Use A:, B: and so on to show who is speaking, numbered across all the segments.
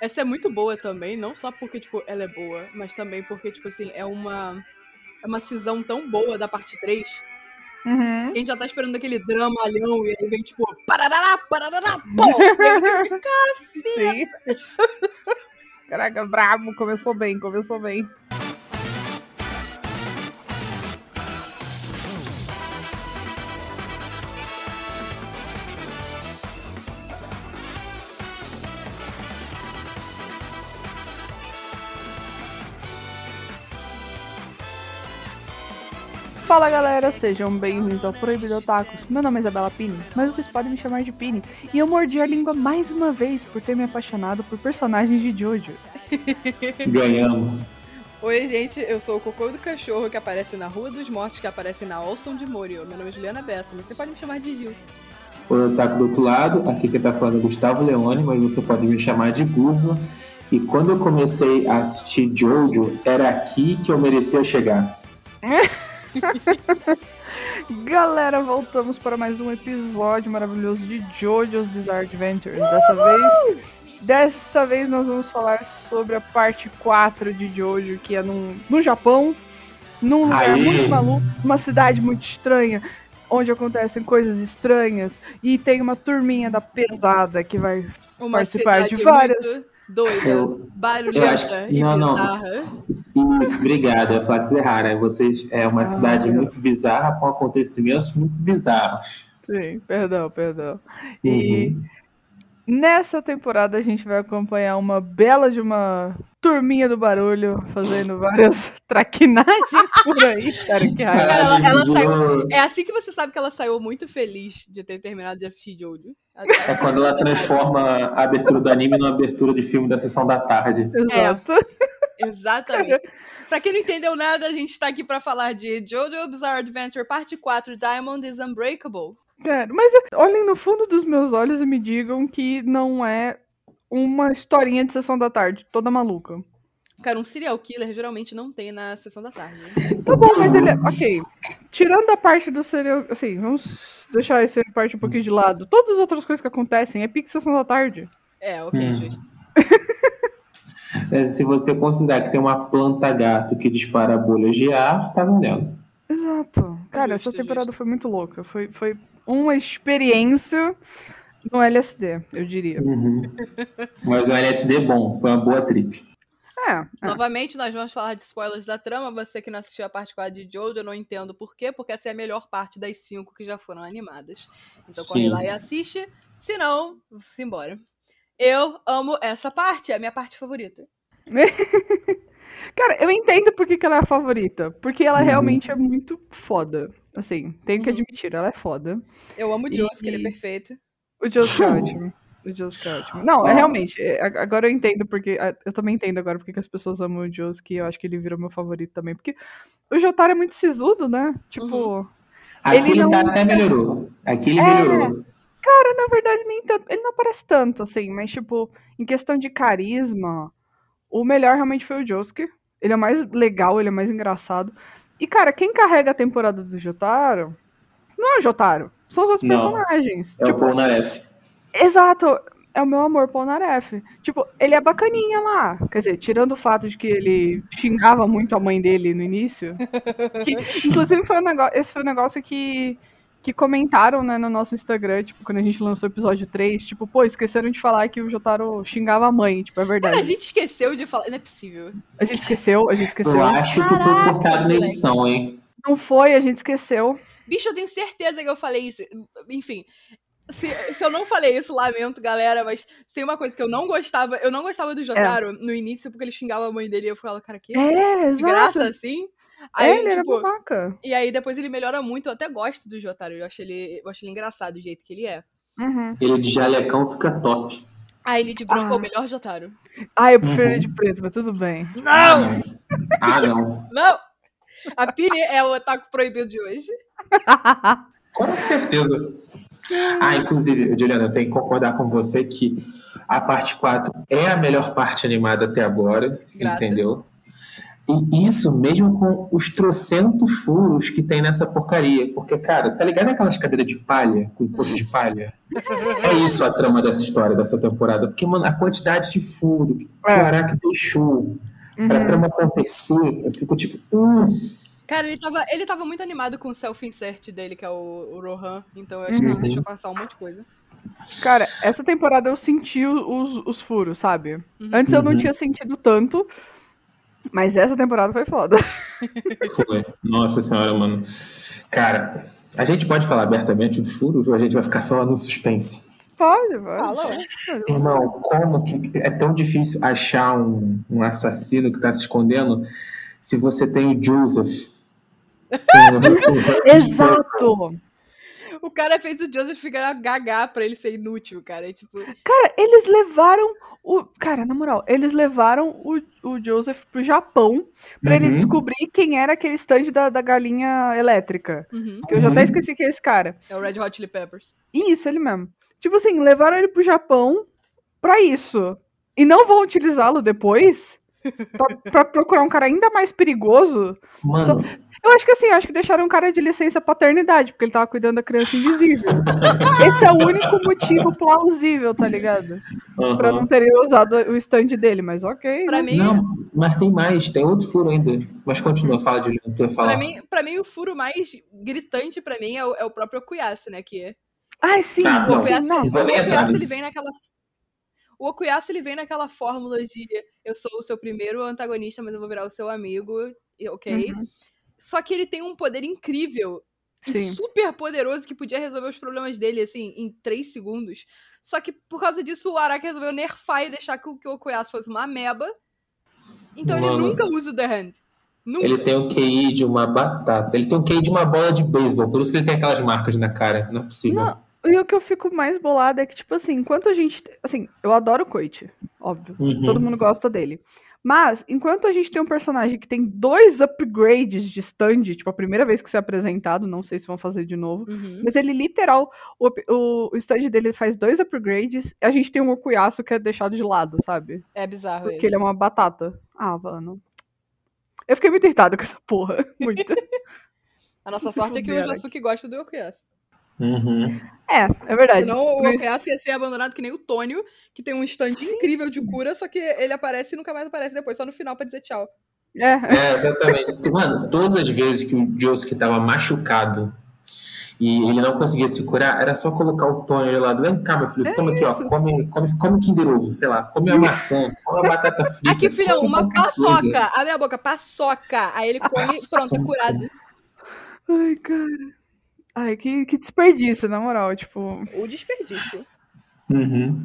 A: Essa é muito boa também, não só porque, tipo, ela é boa, mas também porque, tipo assim, é uma. É uma cisão tão boa da parte 3
B: Uhum.
A: a gente já tá esperando aquele dramalhão e aí vem tipo, pararará, pararará, pô! E aí você fica,
B: Sim. Caraca, brabo. Começou bem, começou bem. Fala galera, sejam bem-vindos ao Proibido Otakus. Meu nome é Isabela Pini, mas vocês podem me chamar de Pini. E eu mordi a língua mais uma vez por ter me apaixonado por personagens de Jojo.
C: Ganhamos.
A: Oi, gente, eu sou o Cocô do Cachorro que aparece na Rua dos Mortos, que aparece na Olson de Morio. Meu nome é Juliana Bessa, mas você pode me chamar de Gil.
C: Oi, Otaku do outro lado. Aqui quem tá falando é Gustavo Leone, mas você pode me chamar de Guzo. E quando eu comecei a assistir Jojo, era aqui que eu merecia chegar.
B: Galera, voltamos para mais um episódio maravilhoso de Jojo's Bizarre Adventures. Dessa vez, dessa vez nós vamos falar sobre a parte 4 de Jojo, que é num, no Japão, num lugar
C: Aê!
B: muito maluco, uma cidade muito estranha, onde acontecem coisas estranhas e tem uma turminha da pesada que vai
A: Uma
B: Participar
A: cidade
B: de várias.
A: muito doida,
C: Eu- Eu acho
A: barulhenta
C: que.
A: e
C: Não, não.
A: bizarra.
C: s- s- Isso, obrigado. É Flávio Zerrara. Vocês é uma
B: Ah,
C: cidade
B: meu.
C: muito bizarra com acontecimentos muito bizarros.
B: Sim, perdão, perdão. E
A: Uhum.
B: nessa temporada a gente vai acompanhar uma bela de uma turminha do barulho fazendo várias traquinagens por aí. Cara, que
C: É.
B: raiva.
A: Cara, ela- ela saiu-
C: saiu.
A: É assim que você sabe que ela saiu muito feliz de ter terminado de assistir Jojo.
C: É quando ela transforma a abertura do anime numa abertura de filme da sessão da tarde.
B: Exato.
A: Exatamente. Pra quem não entendeu nada, a gente tá aqui pra falar de Jojo Bizarre Adventure Parte 4 Diamond is Unbreakable.
B: Cara, mas é, olhem no fundo dos meus olhos e me digam que não é uma historinha de sessão da tarde, toda maluca.
A: Cara, um serial killer geralmente não tem na sessão da tarde. né?
B: Tá bom, mas ele é. Ok. Tirando a parte do serial. Assim, vamos deixar essa parte um pouquinho de lado. Todas as outras coisas que acontecem é pique sessão da tarde.
A: É, ok,
C: Hum.
A: justo.
C: É, se você considerar que tem uma planta gato que dispara bolhas de ar, tá valendo.
B: Exato. Cara,
A: Justo,
B: essa temporada
A: justo.
B: foi muito louca. Foi, foi uma experiência no LSD, eu diria.
C: Uhum. Mas o LSD é bom, foi uma boa trip.
B: É,
C: Ah.
B: é.
A: Novamente, nós vamos falar de spoilers da trama. Você que não assistiu a parte 4 de Jojo, eu não entendo por quê, porque essa é a melhor parte das cinco que já foram animadas. Então corre
C: Sim.
A: lá e assiste. Se não, simbora. Eu amo essa parte, é a minha parte favorita.
B: Cara, eu entendo por que, que ela é a favorita. Porque ela
C: Uhum.
B: realmente é muito foda. Assim, tenho que admitir, ela é foda.
A: Eu amo o
B: E-
A: Josuke,
C: Uhum.
A: ele é perfeito.
B: O Josuke é ótimo. O Josuke é ótimo. Não, é
C: Ah.
B: realmente. é, a- agora eu entendo porque. a- Eu também entendo agora porque que as pessoas amam o Josuke. Eu acho que ele virou meu favorito também. Porque o Jotaro é muito sisudo, né? Tipo.
C: Aqui
B: Ele
C: ele,
B: não-
C: tá, até melhorou. Aqui ele
B: É.
C: melhorou.
B: na verdade, nem tanto. Ele não aparece tanto, assim, mas, tipo, em questão de carisma, o melhor realmente foi o Josuke. Ele é mais legal, ele é mais engraçado. E, cara, quem carrega a temporada do Jotaro não é o Jotaro, são os outros
C: Não.
B: personagens.
C: É o
B: Tipo,
C: Polnareff.
B: exato, é o meu amor Polnareff. Tipo, ele é bacaninha lá. Quer dizer, tirando o fato de que ele xingava muito a mãe dele no início. que, inclusive, foi um negócio, esse foi um negócio que, que comentaram né, no nosso Instagram, tipo, quando a gente lançou o episódio 3, tipo, pô, esqueceram de falar que o Jotaro xingava a mãe, tipo, é
A: Cara, a
B: verdade.
A: gente esqueceu de falar. Não é possível.
B: A gente esqueceu, a gente esqueceu.
C: Eu acho que foi
A: Caraca,
C: cortado na
A: moleque.
C: edição, hein?
B: Não foi, a gente esqueceu.
A: Bicho, eu tenho certeza que eu falei isso. Enfim. Se, se eu não falei isso, lamento, galera, mas se tem uma coisa que eu não gostava. Eu não gostava do Jotaro no início, porque ele xingava a mãe dele e eu ficava, cara, que
B: É, exato.
A: graça assim. Aí,
B: é, ele era
A: tipo,
B: babaca.
A: e aí depois ele melhora muito, eu até gosto do Jotaro, eu acho ele, eu acho ele engraçado o jeito que ele é.
B: Uhum.
C: Ele de jalecão fica top.
A: Ah, ele de branco é
B: Ah.
A: o melhor Jotaro.
B: Ah, eu prefiro ele de preto, mas tudo bem. É.
A: Não!
C: Ah, não.
A: Não! A Pini é o ataque proibido de hoje.
C: Com certeza. Ah, inclusive, Juliana, eu tenho que concordar com você que a parte 4 é a melhor parte animada até agora,
A: Grata.
C: entendeu? E isso mesmo com os trocentos furos que tem nessa porcaria. Porque, cara, tá ligado aquelas cadeiras de palha, com posto de palha? É isso a trama dessa história, dessa temporada. Porque, mano, a quantidade de furo que
B: É.
C: o Araki deixou
B: Uhum.
C: pra trama acontecer, eu fico tipo, hum,
A: Cara, ele tava, ele tava muito animado com o self-insert dele, que é o, o Rohan. Então eu acho
B: Uhum.
A: que ele deixou passar um monte de coisa.
B: Cara, essa temporada eu senti os, os furos, sabe? Antes eu não
C: Uhum.
B: tinha sentido tanto, mas essa temporada foi foda.
C: Foi. Nossa senhora, mano. Cara, a gente pode falar abertamente dos furos ou a gente vai ficar só no suspense?
B: Pode, mano.
A: Fala, ué.
C: Irmão, como que é tão difícil achar um, um assassino que tá se escondendo se você tem o Joseph? Tem o-
B: Exato!
A: O cara fez o Joseph ficar gaga pra ele ser inútil, cara. É tipo,
B: Cara, eles levaram o. Cara, na moral, eles levaram o, o Joseph pro Japão pra ele
C: Uhum.
B: descobrir quem era aquele stand da, da galinha elétrica.
A: uhum,
B: Que eu já até
C: Uhum.
B: esqueci que é esse cara.
A: é o Red Hot Chili Peppers.
B: Isso, ele mesmo. Tipo assim, levaram ele pro Japão pra isso. E não vão utilizá-lo depois pra, pra procurar um cara ainda mais perigoso.
C: Mano,
B: Eu acho que assim, eu acho que deixaram um cara de licença paternidade, porque ele tava cuidando da criança invisível. Esse é o único motivo plausível, tá ligado? Pra
C: aham.
B: não terem usado o stand dele, mas ok.
A: Pra
B: né?
A: mim,
C: não, mas tem mais, tem outro furo ainda. Mas continua, fala de tu ia falar.
A: Pra mim, pra mim, o furo mais gritante pra mim é o, é o próprio Okuyasu, né? Que é.
B: Ai, sim,
C: Tá,
A: O
C: Não,
B: sim,
A: Okuyasu,
C: não
A: o
C: vou nem entrar
A: Okuyasu, ele
C: nisso.
A: vem naquela. O Okuyasu, ele vem naquela fórmula de eu sou o seu primeiro antagonista, mas eu vou virar o seu amigo, e- ok?
B: Uhum.
A: Só que ele tem um poder incrível e
B: Sim.
A: um super poderoso que podia resolver os problemas dele, assim, em 3 segundos. Só que por causa disso, o Araki resolveu nerfar e deixar que o, que o Okuyasu fosse uma ameba. Então ele
C: Mano.
A: nunca usa o The Hand. Nunca.
C: Ele tem o QI de uma batata. Ele tem o QI de uma bola de beisebol. Por isso que ele tem aquelas marcas na cara. Não é possível.
B: Não, e o que eu fico mais bolada é que, tipo assim, enquanto a gente. Assim, eu adoro o Coit, óbvio.
C: Uhum.
B: Todo mundo gosta dele. Mas, enquanto a gente tem um personagem que tem dois upgrades de stand, tipo, a primeira vez que isso é apresentado, não sei se vão fazer de novo.
A: Uhum.
B: Mas ele literal, o, up- o, o stand dele faz dois upgrades, a gente tem um Okuyasu que é deixado de lado, sabe?
A: É bizarro
B: Porque
A: isso.
B: ele é uma batata. Ah, mano. Eu fiquei muito irritada com essa porra. Muito.
A: A nossa
B: Se né?
A: sorte é que o
B: fuder,
A: Josuke gosta do Okuyasu.
C: Uhum.
B: é, é verdade.
A: Senão o
B: Mas-
A: Okuyasu ia ser abandonado que nem o Tônio, que tem um stand incrível de cura, só que ele aparece e nunca mais aparece depois, só no final pra dizer tchau.
B: É.
C: É, exatamente. Mano, todas as vezes que o Josuke tava machucado e ele não conseguia se curar, era só colocar o Tony lá. Vem cá, meu filho,
A: É
C: toma aqui,
B: isso.
C: ó. Come, come, come Kinder Ovo, sei lá. Come a maçã, come a batata frita.
A: Aqui, filhão,
C: come
A: uma
C: qualquer um coisa.
A: paçoca! Abre a boca, paçoca! Aí ele come, pronto,
C: Paçoca.
A: curado.
B: Ai, cara. Ai, que, que desperdício, na moral. Tipo.
A: O desperdício.
C: Uhum.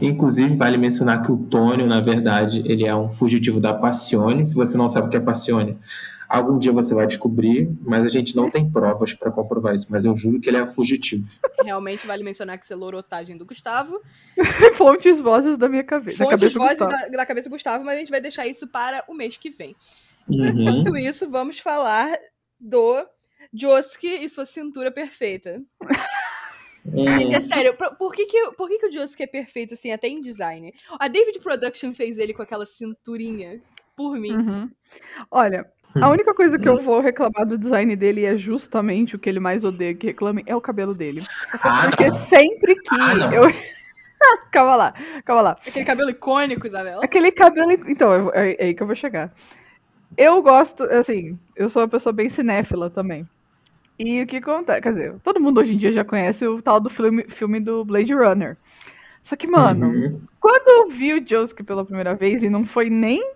C: Inclusive, vale mencionar que o Tônio, na verdade, ele é um fugitivo da Passione. Se você não sabe o que é Passione, algum dia você vai descobrir, mas a gente não tem provas para comprovar isso. Mas eu juro que ele é um fugitivo.
A: Realmente vale mencionar que isso é lorotagem do Gustavo.
B: Fontes vozes da minha cabeça. da
A: Fontes
B: cabeça do
A: vozes
B: Gustavo.
A: da, da cabeça do Gustavo, mas a gente vai deixar isso para o mês que vem.
C: Uhum.
A: Enquanto isso, vamos falar do Josuke e sua cintura perfeita.
C: Uhum.
A: Gente, é sério, por, por que, que, por que, que o Josuke é perfeito, assim, até em design? A David Production fez ele com aquela cinturinha, por mim.
B: Uhum. Olha, a única coisa que eu vou reclamar do design dele e é justamente o que ele mais odeia que reclame é o cabelo dele.
C: Ah,
B: Porque
C: não.
B: sempre que
C: Ah, não.
B: eu. calma lá, calma lá.
A: Aquele cabelo icônico, Isabela.
B: Aquele cabelo. Então, eu- é, é aí que eu vou chegar. Eu gosto, assim, eu sou uma pessoa bem cinéfila também. E o que acontece? Quer dizer, todo mundo hoje em dia já conhece o tal do filme, filme do Blade Runner. Só que, mano,
C: Uhum.
B: quando eu vi o Josuke pela primeira vez e não foi nem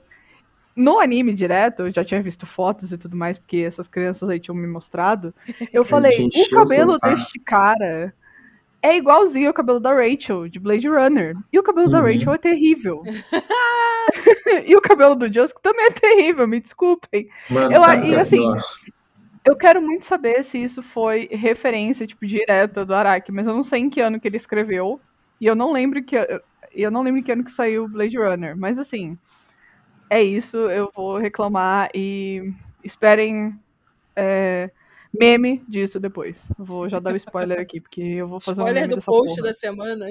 B: no anime direto, eu já tinha visto fotos e tudo mais, porque essas crianças aí tinham me mostrado. Eu falei,
C: gente
B: o
C: encheu o
B: cabelo
C: seu saco."
B: deste cara é igualzinho ao cabelo da Rachel, de Blade Runner. E o cabelo da
C: Uhum.
B: Rachel é terrível. e o cabelo do Josuke também é terrível, me desculpem.
C: Mano,
B: Eu-
C: sabe o
B: e
C: que é
B: assim,
C: pior?
B: Eu quero muito saber se isso foi referência, tipo, direta do Araki, mas eu não sei em que ano que ele escreveu. E eu não lembro que. Eu, eu não lembro em que ano que saiu o Blade Runner. Mas assim, é isso. Eu vou reclamar e esperem é, meme disso depois. Eu Vou já dar o spoiler aqui, porque eu vou fazer um
A: Spoiler
B: meme
A: do
B: dessa
A: post
B: porra.
A: da semana.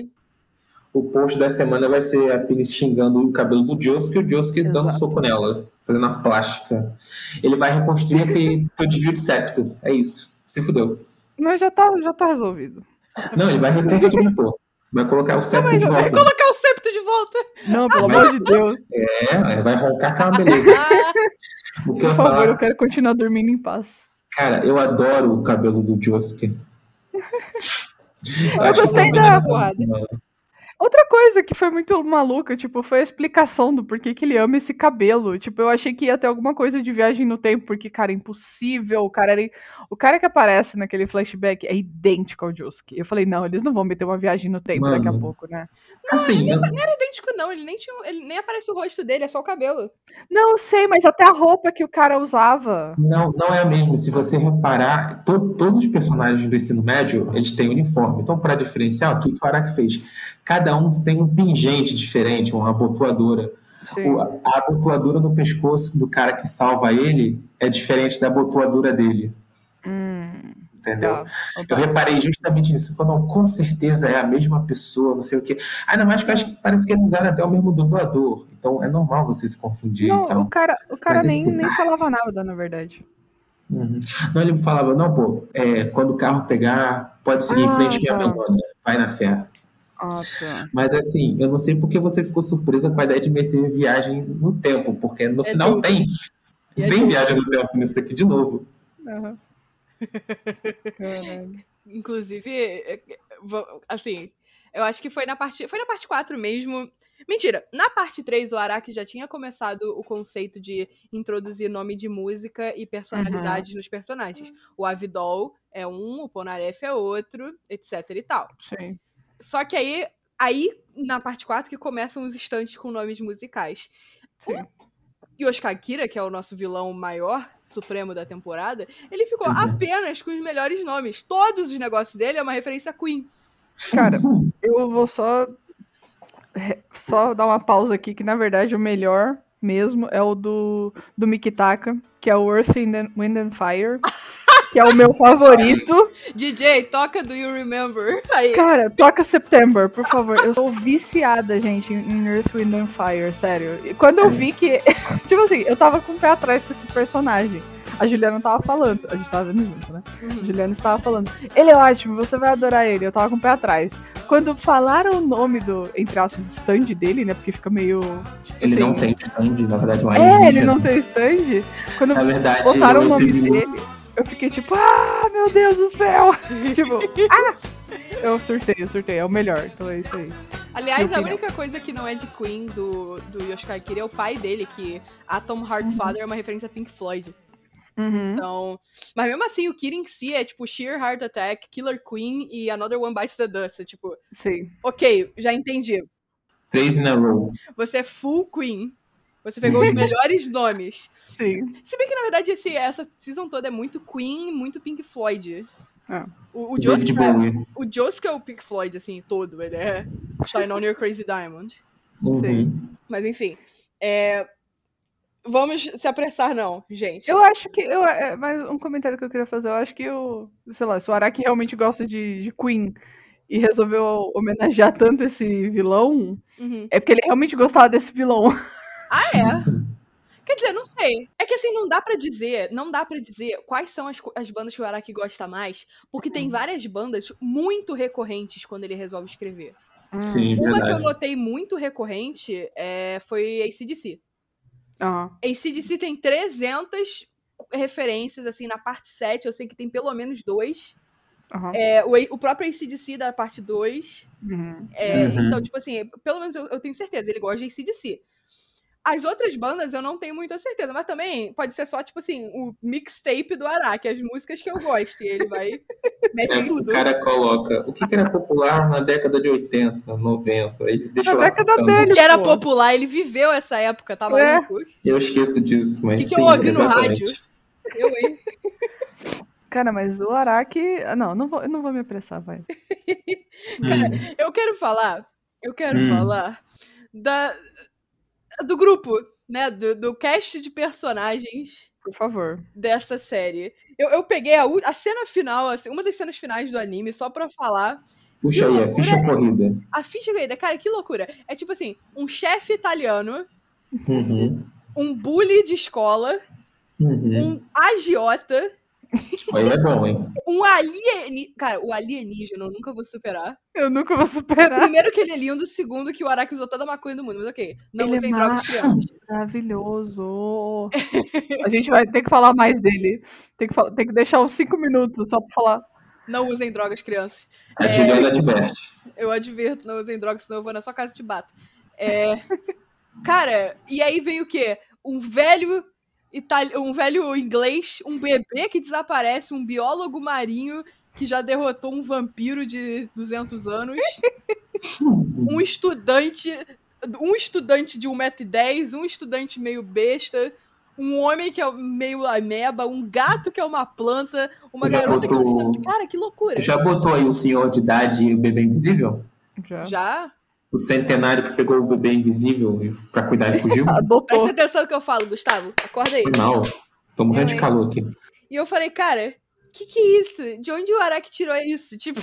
C: o post da semana vai ser a Pini xingando o cabelo do Josuke e o Josuke dando soco nela, fazendo a plástica. Ele vai reconstruir aquele teu desvio de septo. É isso. Se fudeu.
B: Mas já tá, já tá resolvido.
C: Não, ele vai reconstruir, pô. Vai colocar o septo de
A: Vai
C: volta.
A: colocar o septo de volta.
B: Não, pelo amor de Deus.
C: É, vai roncar com a beleza.
A: Ah,
C: O que
B: Por
C: eu ia
B: favor, eu
C: falar,
B: quero continuar dormindo em paz.
C: cara, eu adoro o cabelo do Josuke. Eu acho que
B: gostei
C: combina
B: da-
C: muito,
A: porrada.
C: mano.
B: Outra coisa que foi muito maluca, tipo, foi a explicação do porquê que ele ama esse cabelo. Tipo, eu achei que ia ter alguma coisa de viagem no tempo, porque, cara, é impossível. O cara, era... o cara que aparece naquele flashback é idêntico ao Josuke. Eu falei, não, eles não vão meter uma viagem no tempo daqui a
C: Mano.
B: pouco, né?
C: Assim, eu-
A: não era idêntico, não. Ele nem, tinha, ele nem aparece o rosto dele, é só o cabelo.
B: Não, eu sei, mas até a roupa que o cara usava.
C: Não, não é a mesma. Se você reparar, to- todos os personagens do ensino médio, eles têm uniforme. Então, para diferenciar, o que o Araki fez? Cada um tem um pingente diferente, uma abotoadora.
B: Sim.
C: O- a abotoadura no pescoço do cara que salva ele é diferente da abotoadura dele,
B: Hum,
C: entendeu?
B: tá.
C: Eu reparei justamente nisso. Eu Falei, não, com certeza é a mesma pessoa, não sei o quê. Ainda mais que eu acho que parece que eles usaram até o mesmo dublador. Então, é normal você se confundir.
B: Não,
C: então.
B: o cara, o cara
C: Mas
B: nem,
C: esse-
B: nem falava nada, na verdade.
C: Uhum. Não, ele me falava, não, pô, é, quando o carro pegar, pode seguir
B: Ah,
C: em frente que me
B: tá.
C: abandona, vai na fé.
B: Ah, tá.
C: Mas assim, eu não sei porque você ficou surpresa com a ideia de meter viagem no tempo, porque no
A: É
C: final
A: tudo.
C: tem.
A: E é
C: tem
A: tudo.
C: viagem no tempo nisso aqui de novo.
B: Aham. Caralho.
A: Inclusive, é- é- vo- assim, eu acho que foi na parte. Foi na parte 4 mesmo. Mentira, na parte 3, o Araki já tinha começado o conceito de introduzir nome de música e personalidades nos personagens. O Avidol é um, o Ponaref é outro, etc e tal.
B: Sim.
A: Só que aí, aí na parte 4, que começam os estantes com nomes musicais.
B: Sim.
A: E Oshikakira, que é o nosso vilão maior, supremo da temporada, ele ficou
C: Uhum.
A: apenas com os melhores nomes. Todos os negócios dele é uma referência a Queen.
B: Cara,
C: Hum,
B: eu vou só re- só dar uma pausa aqui que na verdade o melhor mesmo é o do do Mikitaka, que é o Earth and Wind and Fire, que é o meu favorito.
A: DJ, toca Do You Remember? Aí,
B: Cara, toca September, por favor. Eu sou viciada, gente, em Earth, Wind and Fire, sério. E quando eu vi que. tipo assim, eu tava com o pé atrás com esse personagem. A Juliana tava falando. A gente tava vendo junto, né? A Juliana estava falando. Ele é ótimo, você vai adorar ele. Eu tava com o pé atrás. Quando falaram o nome do, entre aspas, stand dele, né? Porque fica meio. tipo
C: ele não
B: assim,
C: tem stand, na verdade, um
B: É, ele
C: alienígena.
B: não tem stand. Quando
C: Na verdade,
B: botaram o nome
C: ele-
B: dele, eu fiquei tipo, ah, meu Deus do céu! tipo, ah! Eu surtei, eu surtei, é o melhor, então é isso aí.
A: Aliás,
B: Meu
A: a
B: filho.
A: única coisa que não é de Queen do, do Yoshikakira é o pai dele, que Atom Heartfather é uma referência a Pink Floyd.
B: Uhum.
A: Então, mas mesmo assim, o Kira em si é tipo Sheer Heart Attack, Killer Queen e Another One Bites the Dust. É, Tipo,
B: Sim.
A: ok, já entendi.
C: Três in a row.
A: Você é full Queen. Você pegou
B: Uhum.
A: os melhores nomes.
B: Sim.
A: Se bem que, na verdade, esse, essa season toda é muito Queen e muito Pink Floyd.
B: É.
A: O, o,
C: O David
A: Joseph, é,
C: Bowie.
A: o Joseph é o Pink Floyd, assim, todo. Ele é Shine On Your Crazy Diamond.
C: Uhum.
A: Mas, enfim. é, Vamos se apressar, não, gente.
B: Eu acho que. Eu, é, mais um comentário que eu queria fazer. Eu acho que o. Sei lá, se o Araki realmente gosta de, de Queen e resolveu homenagear tanto esse vilão,
A: Uhum.
B: é porque ele realmente gostava desse vilão.
A: Ah, é? Quer dizer, não sei. É que assim, não dá pra dizer, não dá para dizer quais são as, co- as bandas que o Araki gosta mais, porque tem várias bandas muito recorrentes quando ele resolve escrever.
B: Hum.
C: Sim,
A: Uma que eu
C: É verdade.
A: notei muito recorrente é, foi ACDC.
B: Ah,
A: ACDC tem 300 referências, assim, na parte 7, eu sei que tem pelo menos dois.
B: aham.
A: É, o, A- o próprio ACDC da parte 2.
B: Uhum.
A: É,
C: Uhum.
A: Então, tipo assim, pelo menos eu, eu tenho certeza, ele gosta de ACDC. As outras bandas eu não tenho muita certeza, mas também pode ser só, tipo assim, o mixtape do Araki, as músicas que eu gosto, e ele vai.
C: É,
A: mete
C: o
A: tudo.
C: cara coloca o que, que era popular na década de 80, 90. Aí ele deixa
B: Na
C: lá
B: década
C: tocando.
B: dele.
A: Que era
B: pô.
A: popular, ele viveu essa época, tá
B: É.
A: maluco?
C: Eu esqueço disso, mas
A: Que que
C: sim,
A: eu ouvi no
C: exatamente.
A: rádio? Eu, hein?
B: Cara, mas o Araki. ah, Não, não vou, eu não vou me apressar, vai.
C: Hum.
A: Eu quero falar, eu quero
C: Hum.
A: falar da, do grupo, né? Do, do cast de personagens
B: Por favor.
A: dessa série. Eu, eu peguei a, u- a cena final, assim, uma das cenas finais do anime, só pra falar
C: Puxa aí, a ficha corrida.
A: A ficha corrida, cara, que loucura. É tipo assim, um chefe italiano,
C: Uhum,
A: um bully de escola,
C: uhum.
A: um agiota,
C: Aí é bom, hein?
A: um alienígena. Cara, o alienígena eu nunca vou superar.
B: Eu nunca vou superar.
A: Primeiro que ele é lindo, segundo que o Aracnozoto é da maconha do mundo, mas ok. Não
B: Ele é
A: usem drogas crianças.
B: Maravilhoso. A gente vai ter que falar mais dele. Tem que, fal- tem que deixar uns cinco minutos só pra falar.
A: Não usem drogas crianças.
C: A Juliana adverte.
A: Eu adverto, não usem drogas, senão eu vou na sua casa e te bato. É... Cara, e aí vem o quê? Um velho itali... um velho inglês, um bebê que desaparece, um biólogo marinho que já derrotou um vampiro de 200 anos, um estudante, um estudante de 1,10m, um estudante meio besta, um homem que é meio ameba, um gato que é uma planta, uma
C: Tu já
A: garota que é um...
C: botou-
A: Cara, que loucura.
C: Tu já botou aí o senhor de idade e o bebê invisível?
A: Já?
C: O centenário que pegou o bebê invisível e- pra cuidar e fugiu?
A: Presta
B: Adotou.
A: atenção no que eu falo, Gustavo. Acorda aí.
C: Foi mal. Tô morrendo
A: Eu,
C: de
A: hein?
C: calor aqui.
A: E eu falei, cara, que que é isso? De onde o Araki tirou isso? Tipo,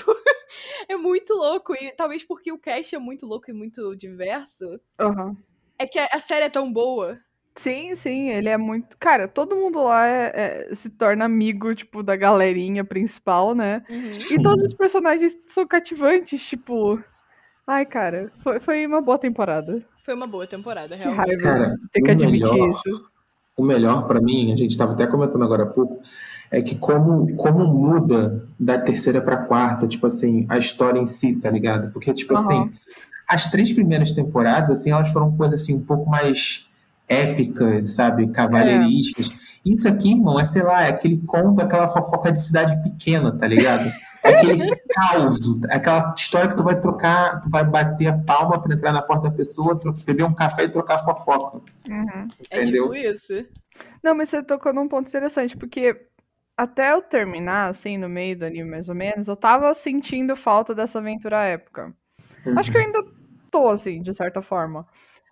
A: é muito louco. E talvez porque o cast é muito louco e muito diverso,
B: Aham.
A: é que a, a série é tão boa.
B: Sim, sim, ele é muito. Cara, todo mundo lá é- é- se torna amigo, tipo, da galerinha principal, né? E
C: Sim.
B: todos os personagens são cativantes, tipo. Ai, cara, foi, foi uma boa temporada.
A: Foi uma boa temporada,
B: Que
A: realmente.
B: raiva
C: Cara,
B: ter que
C: o
B: admitir
C: melhor-
B: isso.
C: O melhor pra mim, a gente estava até comentando agora há pouco, é que como, como muda da terceira pra quarta, tipo assim, a história em si, tá ligado? Porque, tipo
B: Aham.
C: assim, as três primeiras temporadas, assim, elas foram coisas assim, um pouco mais épicas, sabe? Cavalheiristas. Isso aqui, irmão, é, sei lá, é aquele conto, aquela fofoca de cidade pequena, tá ligado? É Aquele caos, aquela história que tu vai trocar, tu vai bater a palma pra entrar na porta da pessoa, tro- beber um café e trocar fofoca, Uhum.
A: é
C: entendeu?
A: tipo isso.
B: Não, mas você tocou num ponto interessante, porque até eu terminar, assim, no meio do anime, mais ou menos, eu tava sentindo falta dessa aventura à época. Acho que eu ainda tô, assim, de certa forma.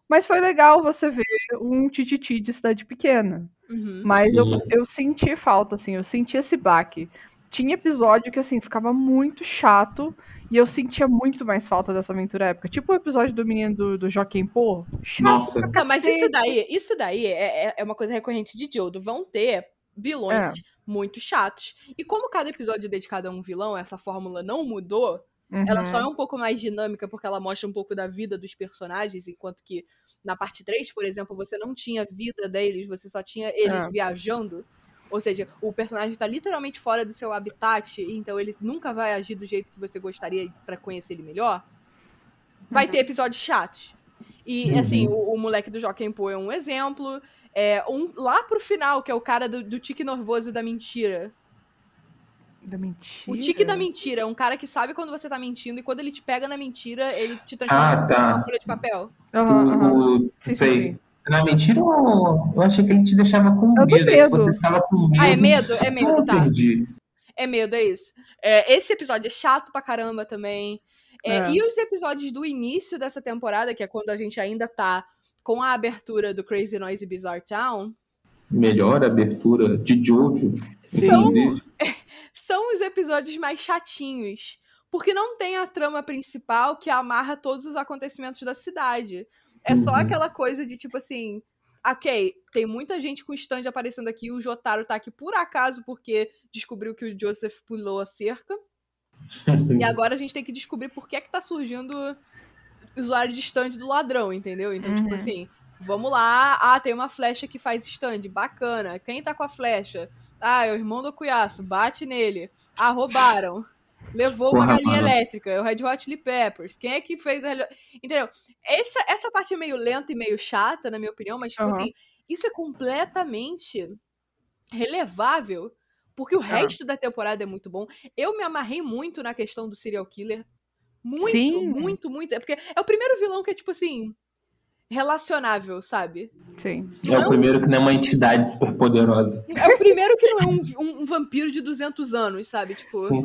B: Mas foi legal você ver um tititi de cidade pequena.
A: Uhum.
B: Mas eu,
C: Sim.
B: eu senti falta, assim, eu senti esse baque. Tinha episódio que, assim, ficava muito chato e eu sentia muito mais falta dessa aventura épica. Tipo o episódio do menino do, do Joaquim Pô. Chato
C: Nossa.
B: pra
A: Ah, mas
B: cacete.
A: isso daí, isso daí é, é- é uma coisa recorrente de Jodo. Vão ter
B: É.
A: vilões muito chatos. E como cada episódio é dedicado a um vilão, essa fórmula não mudou,
B: Uhum.
A: Ela só é um pouco mais dinâmica porque ela mostra um pouco da vida dos personagens, enquanto que na parte 3, por exemplo, você não tinha vida deles, você só tinha eles
B: É.
A: viajando. Ou seja, o personagem tá literalmente fora do seu habitat, então ele nunca vai agir do jeito que você gostaria pra conhecer ele melhor. Vai
B: Uhum.
A: ter episódios chatos. E,
C: Uhum.
A: assim, o, o moleque do Joaquim Pô é um exemplo. É, um, lá pro final, que é o cara do, do tique nervoso e da mentira.
B: Da mentira.
A: O tique da mentira é um cara que sabe quando você tá mentindo e quando ele te pega na mentira, ele te transforma
C: Ah, tá.
A: numa folha de papel.
B: Aham, Ah, aham.
C: O- o-
B: Sim, sim,
C: sei.
B: sim.
C: Na mentira, eu, eu achei que ele te deixava com
B: Eu tenho
C: medo. Aí se
B: medo.
C: você ficava com medo.
A: Ah, é medo? É medo,
C: eu
A: tá.
C: perdi.
A: É medo, é isso. É, esse episódio é chato pra caramba também. É,
B: É.
A: E os episódios do início dessa temporada, que é quando a gente ainda tá com a abertura do Crazy Noise Bizarre Town,
C: Melhor abertura de Jojo,
B: Sim.
C: inclusive.
A: são os episódios mais chatinhos. Porque não tem a trama principal que amarra todos os acontecimentos da cidade. É só
C: Uhum.
A: aquela coisa de tipo assim. Ok, tem muita gente com stand aparecendo aqui. O Jotaro tá aqui por acaso porque descobriu que o Joseph pulou a cerca. E agora a gente tem que descobrir por que é que tá surgindo usuário de stand do ladrão, entendeu? Então, tipo
B: Uhum.
A: assim, vamos lá. Ah, tem uma flecha que faz stand, bacana. Quem tá com a flecha? Ah, é o irmão do Cuiaço, bate nele. Ah, roubaram. Levou uma
C: Porra,
A: galinha
C: mano.
A: elétrica, é o Red Hot Chili Peppers. Quem é que fez a... Entendeu? Essa, essa parte é meio lenta e meio chata, na minha opinião, mas, tipo
B: Aham.
A: assim, isso é completamente relevável, porque
B: Ah.
A: o resto da temporada é muito bom. Eu me amarrei muito na questão do serial killer. Muito,
B: Sim.
A: muito, muito. É porque é o primeiro vilão que é, tipo assim, relacionável, sabe?
B: Sim.
C: É o primeiro que não é uma entidade super poderosa.
A: É o primeiro que não é um, um- um vampiro de 200 anos, sabe? Tipo,
C: Sim.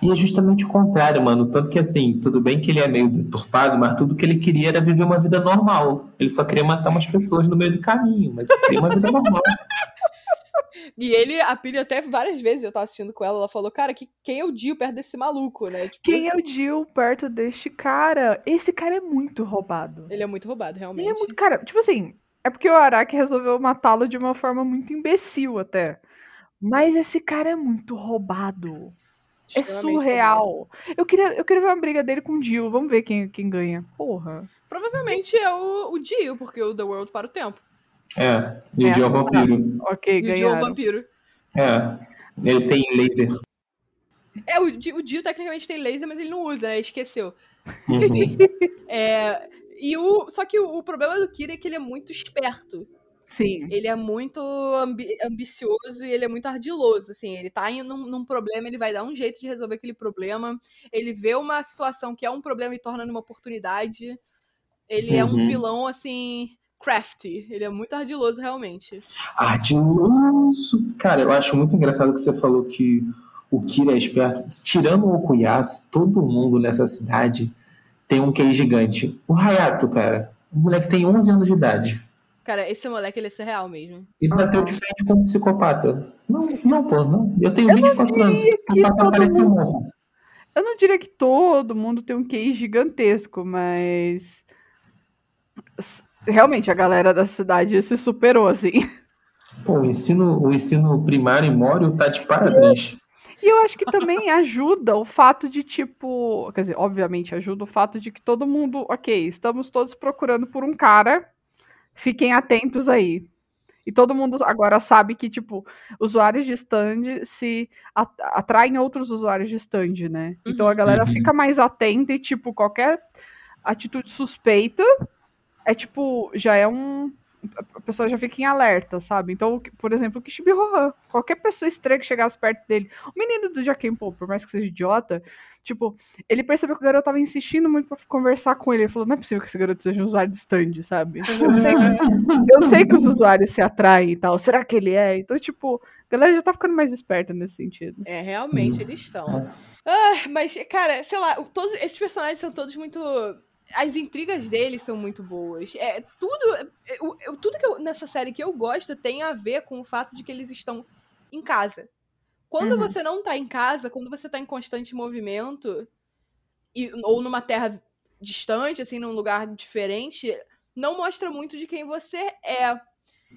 C: E é justamente o contrário, mano. Tanto que, assim, tudo bem que ele é meio deturpado, mas tudo que ele queria era viver uma vida normal. Ele só queria matar umas pessoas no meio do caminho, mas ele queria uma vida normal.
A: E ele, a Pili até várias vezes eu tava assistindo com ela, ela falou, cara, que, quem é o Jill perto desse maluco, né? Tipo,
B: Quem é o Jill perto deste cara? Esse cara é muito roubado.
A: Ele é muito roubado, realmente.
B: Ele é muito. Cara, tipo assim, é porque o Araki resolveu matá-lo de uma forma muito imbecil até. Mas esse cara é muito roubado. É
A: Extremamente roubado.
B: surreal. Eu queria, eu queria ver uma briga dele com o Jill. Vamos ver quem, quem ganha. Porra.
A: Provavelmente é o, o Jill, porque o The World para o tempo.
C: É, e o
B: É.
C: Jill é o vampiro.
B: Ok,
A: E o Jill é o
B: ganharam.
A: vampiro.
C: É. Ele tem laser.
A: É, o Jill, o Jill tecnicamente tem laser, mas ele não usa, né? Esqueceu.
C: Uhum.
A: É, e o, só que o, o problema do Kira é que ele é muito esperto.
B: Sim.
A: Ele é muito ambi- ambicioso e ele é muito ardiloso, assim. Ele tá indo num, num problema, ele vai dar um jeito de resolver aquele problema. Ele vê uma situação que é um problema e torna numa oportunidade. Ele é um
C: Uhum.
A: vilão, assim, crafty. Ele é muito ardiloso, realmente.
C: Ardiloso. Cara, eu acho muito engraçado que você falou que o Kira é esperto. Tirando o Okuyasu, todo mundo nessa cidade tem um QI gigante. O Hayato, cara, o moleque tem 11 anos de idade.
A: Cara, esse moleque, ele é surreal mesmo.
C: E bateu
B: Aham.
C: de frente com um psicopata. Não, não, pô, não. Eu tenho 24 anos.
B: diria que
C: Psicopata
B: todo
C: parece
B: mundo-
C: um morro.
B: Eu não diria que todo mundo tem um QI gigantesco, mas. s- Realmente, a galera da cidade se superou, assim.
C: Pô, o ensino, o ensino primário e mório tá de parabéns.
B: E eu acho que também ajuda o fato de, tipo. Quer dizer, obviamente ajuda o fato de que todo mundo. Ok, estamos todos procurando por um cara. Fiquem atentos aí. E todo mundo agora sabe que, tipo, usuários de stand se a- atraem outros usuários de stand, né? Então a galera
C: Uhum.
B: fica mais atenta e, tipo, qualquer atitude suspeita é, tipo, já é um. A pessoa já fica em alerta, sabe? Então, o que- por exemplo, o Kishibe Rohan. Qualquer pessoa estranha que chegasse perto dele. O menino do Jaquem Paul, por mais que seja idiota, tipo, ele percebeu que o garoto tava insistindo muito pra conversar com ele. Ele falou: não é possível que esse garoto seja um usuário de stand, sabe? Eu sei eu sei que os usuários se atraem e tal. Será que ele é? Então, tipo, a galera já tá ficando mais esperta nesse sentido.
A: É, realmente, eles estão. Ah, mas, cara, sei lá, o- todos esses personagens são todos muito. As intrigas deles são muito boas. É, tudo. é, o- eu- tudo que eu- nessa série que eu gosto tem a ver com o fato de que eles estão em casa. Quando
B: Uhum.
A: você não tá em casa, quando você tá em constante movimento, e- ou numa terra distante, assim, num lugar diferente, não mostra muito de quem você é.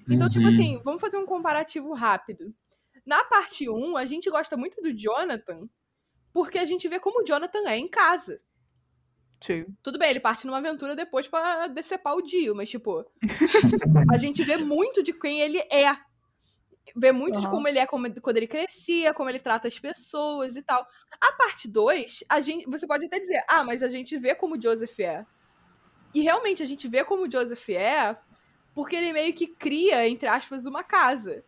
A: Então, tipo
C: Uhum.
A: assim, vamos fazer um comparativo rápido. Na parte 1, a gente gosta muito do Jonathan, porque a gente vê como o Jonathan é em casa.
B: Sim.
A: Tudo bem, ele parte numa aventura depois pra decepar o Dio, mas, tipo, a gente vê muito de quem ele é. Vê muito de
B: Aham.
A: como ele é como- quando ele crescia, como ele trata as pessoas e tal. A parte 2, a gente, você pode até dizer, ah, mas a gente vê como o Joseph é. E realmente a gente vê como o Joseph é, porque ele meio que cria, entre aspas, uma casa.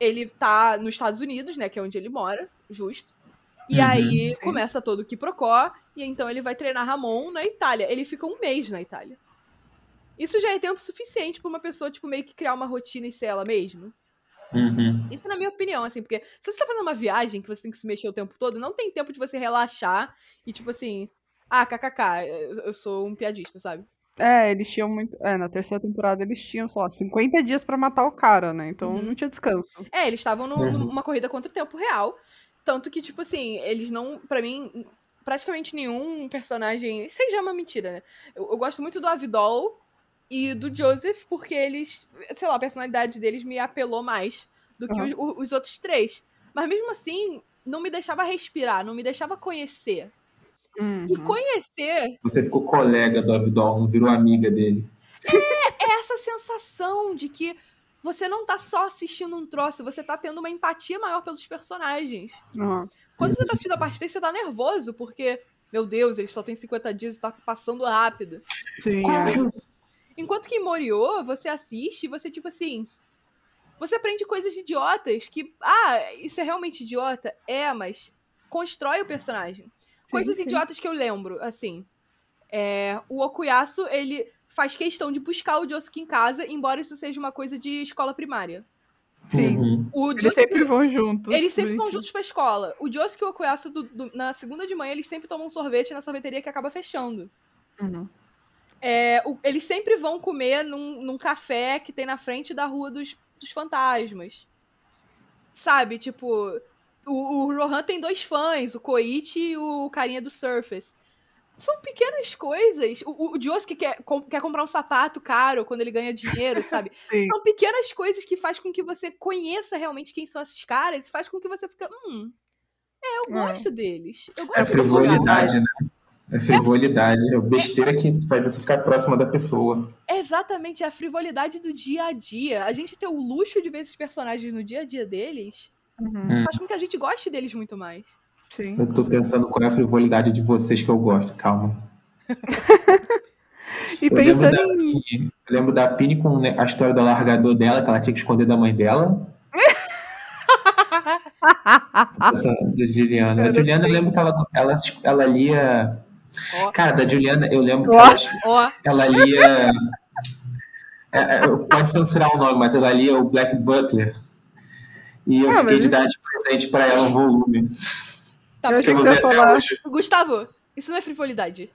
A: Ele tá nos Estados Unidos, né, que é onde ele mora, justo. E
C: Uhum.
A: aí começa todo o Kiprocó, e então ele vai treinar Ramon na Itália. Ele fica um mês na Itália. Isso já é tempo suficiente pra uma pessoa, tipo, meio que criar uma rotina e ser ela mesma.
C: Uhum.
A: Isso na minha opinião, assim, porque se você tá fazendo uma viagem que você tem que se mexer o tempo todo, não tem tempo de você relaxar e, tipo assim, ah, kkk, eu- eu sou um piadista, sabe?
B: É, eles tinham muito. É, na terceira temporada eles tinham, sei lá, 50 dias pra matar o cara, né? Então
A: Uhum.
B: não tinha descanso.
A: É, eles estavam num-
C: Uhum.
A: numa corrida contra o tempo real. Tanto que, tipo assim, eles não. Pra mim, praticamente nenhum personagem. Isso aí já é uma mentira, né? Eu, eu gosto muito do Avidol e do Joseph, porque eles. Sei lá, a personalidade deles me apelou mais do que
B: Aham.
A: os, o- os outros três. Mas mesmo assim, não me deixava respirar, não me deixava conhecer. E
B: Uhum.
A: conhecer
C: Você ficou colega do Avidol, não virou amiga dele.
A: é essa sensação de que você não tá só assistindo um troço, você tá tendo uma empatia maior pelos personagens.
B: Aham.
A: Quando você tá assistindo a parte 3, você tá nervoso, porque, meu Deus, ele só tem 50 dias e tá passando rápido.
B: Sim, é.
C: Corre!
A: Enquanto que em Moriô, você assiste e você, tipo assim. Você aprende coisas idiotas que. Ah, isso é realmente idiota? É, mas constrói o personagem. Coisas
B: sim.
A: idiotas que eu lembro, assim. É, o Okuyasu, ele faz questão de buscar o Josuke em casa, embora isso seja uma coisa de escola primária.
B: Sim.
C: Uhum.
A: O
B: Eles
A: Josuke-
B: sempre vão juntos.
A: eles sempre vão
B: bonitinho.
A: juntos pra escola. O Josuke e o Okuyasu, do- do- na segunda de manhã, eles sempre tomam um sorvete na sorveteria que acaba fechando.
B: Uhum.
A: É, o- eles sempre vão comer num, num café que tem na frente da rua dos, dos fantasmas. Sabe, tipo, o, o Rohan tem dois fãs, o Koichi e o carinha do Surface. São pequenas coisas. O, o, o Josuke quer, com, quer comprar um sapato caro quando ele ganha dinheiro, sabe?
B: Sim.
A: São pequenas coisas que faz com que você conheça realmente quem são esses caras e faz com que você fica, hum, é, eu
B: É.
A: gosto deles. Eu gosto
C: É
A: desse lugar.
C: frivolidade, né? É frivolidade. É o besteira que faz você ficar próxima da pessoa.
A: É exatamente a frivolidade do dia a dia. A gente ter o luxo de ver esses personagens no dia a dia deles
B: Uhum,
C: Hum.
A: faz com que a gente goste deles muito mais.
B: Sim.
C: Eu tô pensando qual é a frivolidade de vocês que eu gosto, calma.
B: E
C: Eu lembro
B: pensando
C: da-
B: em.
C: Eu lembro da Pini com né, a história do alargador dela, que ela tinha que esconder da mãe dela. Essa da Juliana. A Juliana, eu lembro que ela, ela, ela lia.
A: Ó.
C: Cara, da Juliana, eu lembro que
B: Ó.
C: ela,
A: Ó,
C: ela lia. É, é, eu- pode censurar o nome, mas ela lia o Black Butler. E eu
B: Ah,
C: fiquei
B: mas-
C: de dar de presente pra ela um volume.
A: tá
B: Eu
A: bom.
B: achei que
C: Pelo
B: você ia
C: menos até
B: falar.
C: hoje.
A: Gustavo, isso não é frivolidade.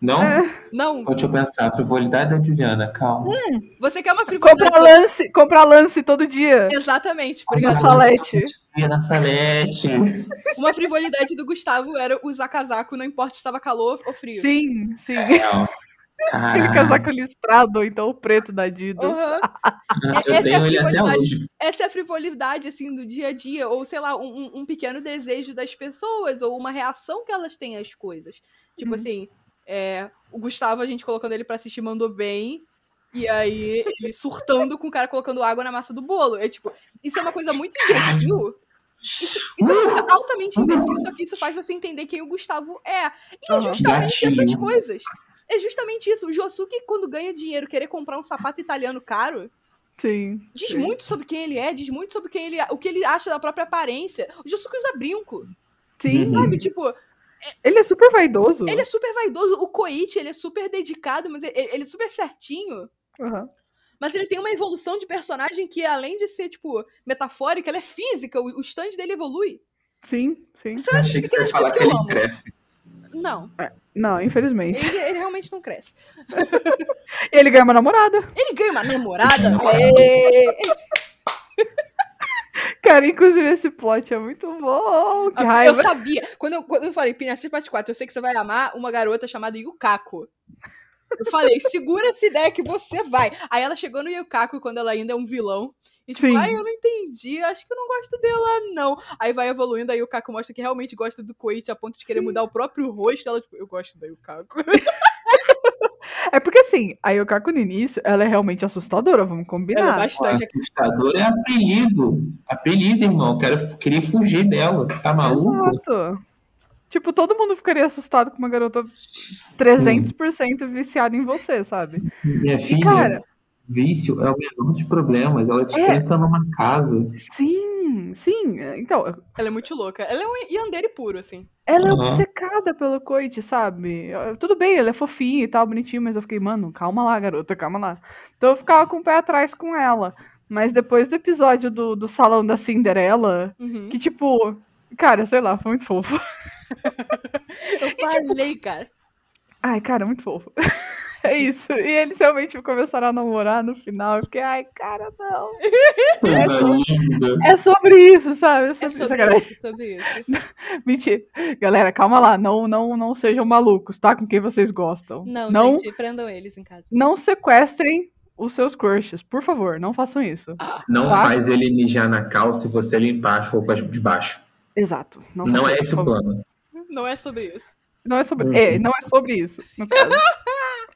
C: Não?
B: É.
A: Não.
C: Então deixa eu pensar. Frivolidade da Juliana,
B: Hum,
C: calma.
A: Você quer uma frivolidade.
B: Comprar lance, comprar lance todo dia.
A: Exatamente,
B: Na
A: obrigado.
B: salete.
C: Ia na salete.
A: Uma frivolidade do Gustavo era usar casaco, não importa se estava calor ou frio.
B: Sim, sim.
C: Não.
B: Aquele
C: Caraca.
B: casaco listrado, ou então o preto da Adidas.
A: Aham.
C: Eu
A: Essa é
C: tenho
A: a
C: ele até
A: frivolidade.
C: hoje.
A: Essa é a frivolidade, assim, do dia a dia, ou sei lá, um, um- um pequeno desejo das pessoas, ou uma reação que elas têm às coisas. Tipo
B: Uhum.
A: assim, é, o Gustavo, a gente colocando ele pra assistir, mandou bem. E aí, ele surtando com o cara colocando água na massa do bolo. É tipo, isso é uma coisa muito imbecil. Isso, isso é uma coisa altamente imbecil, só que isso faz você entender quem o Gustavo é. E é
B: Aham.
A: justamente
C: Gatilho.
A: essas coisas. É justamente isso. O Josuke, quando ganha dinheiro, querer comprar um sapato italiano caro,
B: Sim.
A: Diz
B: Sim.
A: muito sobre quem ele é, diz muito sobre quem ele, o que ele acha da própria aparência. O Josuke usa brinco,
B: Sim.
C: Uhum.
A: sabe? Tipo,
B: Ele é super vaidoso.
A: ele é super vaidoso. O Koichi, ele é super dedicado, mas ele, ele é super certinho.
B: Aham.
A: Mas ele tem uma evolução de personagem que, além de ser, tipo, metafórica, ela é física. O, o stand dele evolui.
B: Sim, sim.
A: São essas
C: Achei que você ia
A: pequenas
C: falar
A: coisas
C: que
A: que eu
C: ele
A: amo.
C: cresce.
A: Não,
B: Não, infelizmente.
A: ele, ele realmente não cresce.
B: E ele ganha uma namorada.
A: Ele ganha uma namorada.
C: Ele ganha uma
A: Aê!
B: Cara, inclusive esse plot é muito bom. Que
A: Ah, Eu
B: raiva.
A: sabia. Quando eu, quando eu falei, Pini, assiste parte 4, eu sei que você vai amar uma garota chamada Yukako. Eu falei, segura essa ideia que você vai. Aí ela chegou no Yukako quando ela ainda é um vilão. E tipo,
B: Sim.
A: ai, eu não entendi, acho que eu não gosto dela, não. Aí vai evoluindo, aí o Yukako mostra que realmente gosta do Koichi a ponto de querer mudar o próprio rosto. Ela, tipo, eu gosto da Yukako.
B: É porque assim, a Yokako no início, ela é realmente assustadora, vamos
A: Ela é
B: combinar.
A: bastante.
C: assustador é apelido. Apelido, irmão. Quero, queria fugir dela. Tá maluco?
B: Exato. Tipo, todo mundo ficaria assustado com uma garota 300% viciada em você, sabe?
C: Minha
B: E,
C: filha,
B: cara, É.
C: vício é o menor dos problemas. Ela te tranca numa casa.
B: sim, sim. Então,
A: Ela é muito louca. Ela é um Yandere puro, assim.
B: Ela é
C: Aham.
B: obcecada pelo Coit, sabe? Eu- Tudo bem, ele é fofinho e tal, bonitinho, mas eu fiquei, mano, calma lá, garota, calma lá. Então eu ficava com o pé atrás com ela. Mas depois do episódio do, do Salão da Cinderela,
A: Uhum.
B: que tipo, cara, sei lá, foi muito fofo.
A: Eu
B: tipo,
A: falei, cara.
B: Ai, cara, muito fofo. É isso. E eles realmente começaram a namorar no final. Eu fiquei, ai, cara, não.
C: Coisa linda.
B: É sobre isso, sabe? É
A: É
B: sobre, isso,
A: sobre
B: galera.
A: isso, sobre isso.
B: Mentira. Galera, calma lá. Não, não, não sejam malucos, tá? Com quem vocês gostam.
A: Não, gente, prendam eles em casa.
B: não sequestrem os seus crushes, por favor, não façam isso.
C: Não
B: Tá.
C: faz ele mijar na calça e você limpar as roupas de baixo.
B: Exato.
C: Não
B: façam
C: é
B: isso,
C: esse
B: por
C: o
B: favor.
C: plano.
A: Não é sobre isso.
B: Não é sobre, é, não é sobre isso, no caso.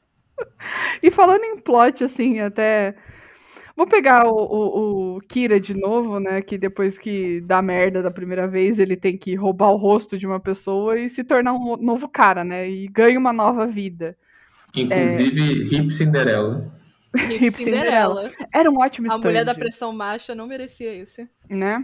B: e falando em plot, assim, até vou pegar o, o- o Kira de novo, né? Que depois que dá merda da primeira vez, ele tem que roubar o rosto de uma pessoa e se tornar um novo cara, né? E ganha uma nova vida. É.
C: Inclusive, Hip Cinderela.
A: Hip Cinderela.
B: Era um ótimo
A: A mulher da
B: stand.
A: pressão baixa não merecia isso.
B: né?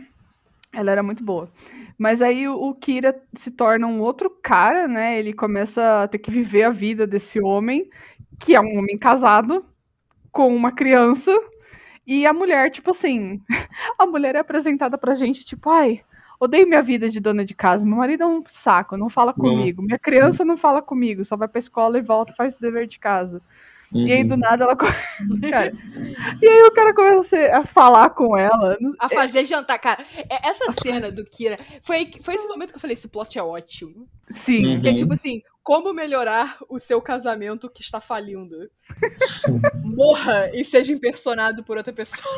B: Ela era muito boa. Mas aí o o Kira se torna um outro cara, né? Ele começa a ter que viver a vida desse homem, que é um homem casado, com uma criança. E a mulher, tipo assim, a mulher é apresentada pra gente, tipo, ai, odeio minha vida de dona de casa, meu marido é um saco, não fala comigo, minha criança não fala comigo, só vai pra escola e volta, faz dever de casa. E
C: Uhum.
B: aí, do nada, ela. co- cara, e aí, o cara começa a ser- a falar com ela. Não-
A: A fazer jantar, cara. É- Essa cena do Kira. Foi, foi esse momento que eu falei: esse plot é ótimo.
B: Sim.
C: Uhum.
A: Que é tipo assim: como melhorar o seu casamento que está falindo? Morra e seja impersonado por outra pessoa.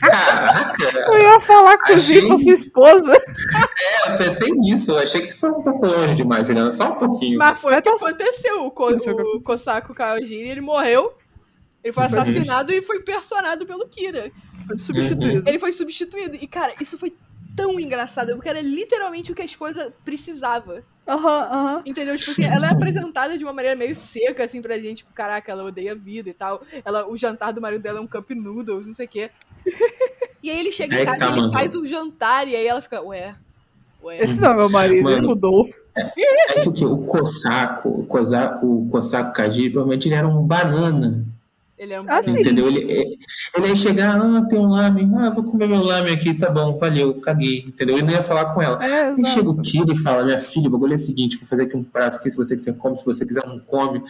C: Caraca,
B: Eu ia falar, inclusive, com sua esposa.
C: eu pensei nisso. Eu achei que você foi um pouco longe demais, Juliana. Só um pouquinho.
A: Mas foi o que
B: Mas
A: aconteceu. O, Ko-
B: Deixa eu ver.
A: o Kosako Kaojiri, ele morreu. Ele foi assassinado e foi impersonado pelo Kira.
B: Substituído.
A: Ele foi substituído. E, cara, isso foi tão engraçado, porque era literalmente o que a esposa precisava.
B: Aham, aham.
A: Entendeu? Tipo assim, ela é apresentada de uma maneira meio seca, assim, pra gente. Tipo, caraca, ela odeia a vida e tal. Ela, o jantar do marido dela é um cup noodles, não sei o quê. E aí ele chega
C: É
A: em
C: que
A: casa
C: tá,
A: e ele
C: mano.
A: faz um jantar, e aí ela fica, ué, ué.
B: Esse não é meu marido, ele
C: Mano.
B: mudou.
C: É que o quê? O Cosaco, o Cosaco, o Cosaco Kajiri, provavelmente ele era um banana.
A: Ele é um
B: Ah, sim.
C: Entendeu? Ele, ele ia chegar, ah, tem um lamen, ah, vou comer meu lamen aqui, tá bom, valeu, caguei, entendeu? Ele não ia falar com ela.
B: É,
C: Aí
B: exato.
C: chega o Kira e fala, minha filha, o bagulho é o seguinte, vou fazer aqui um prato aqui, se você quiser come, se você quiser não come.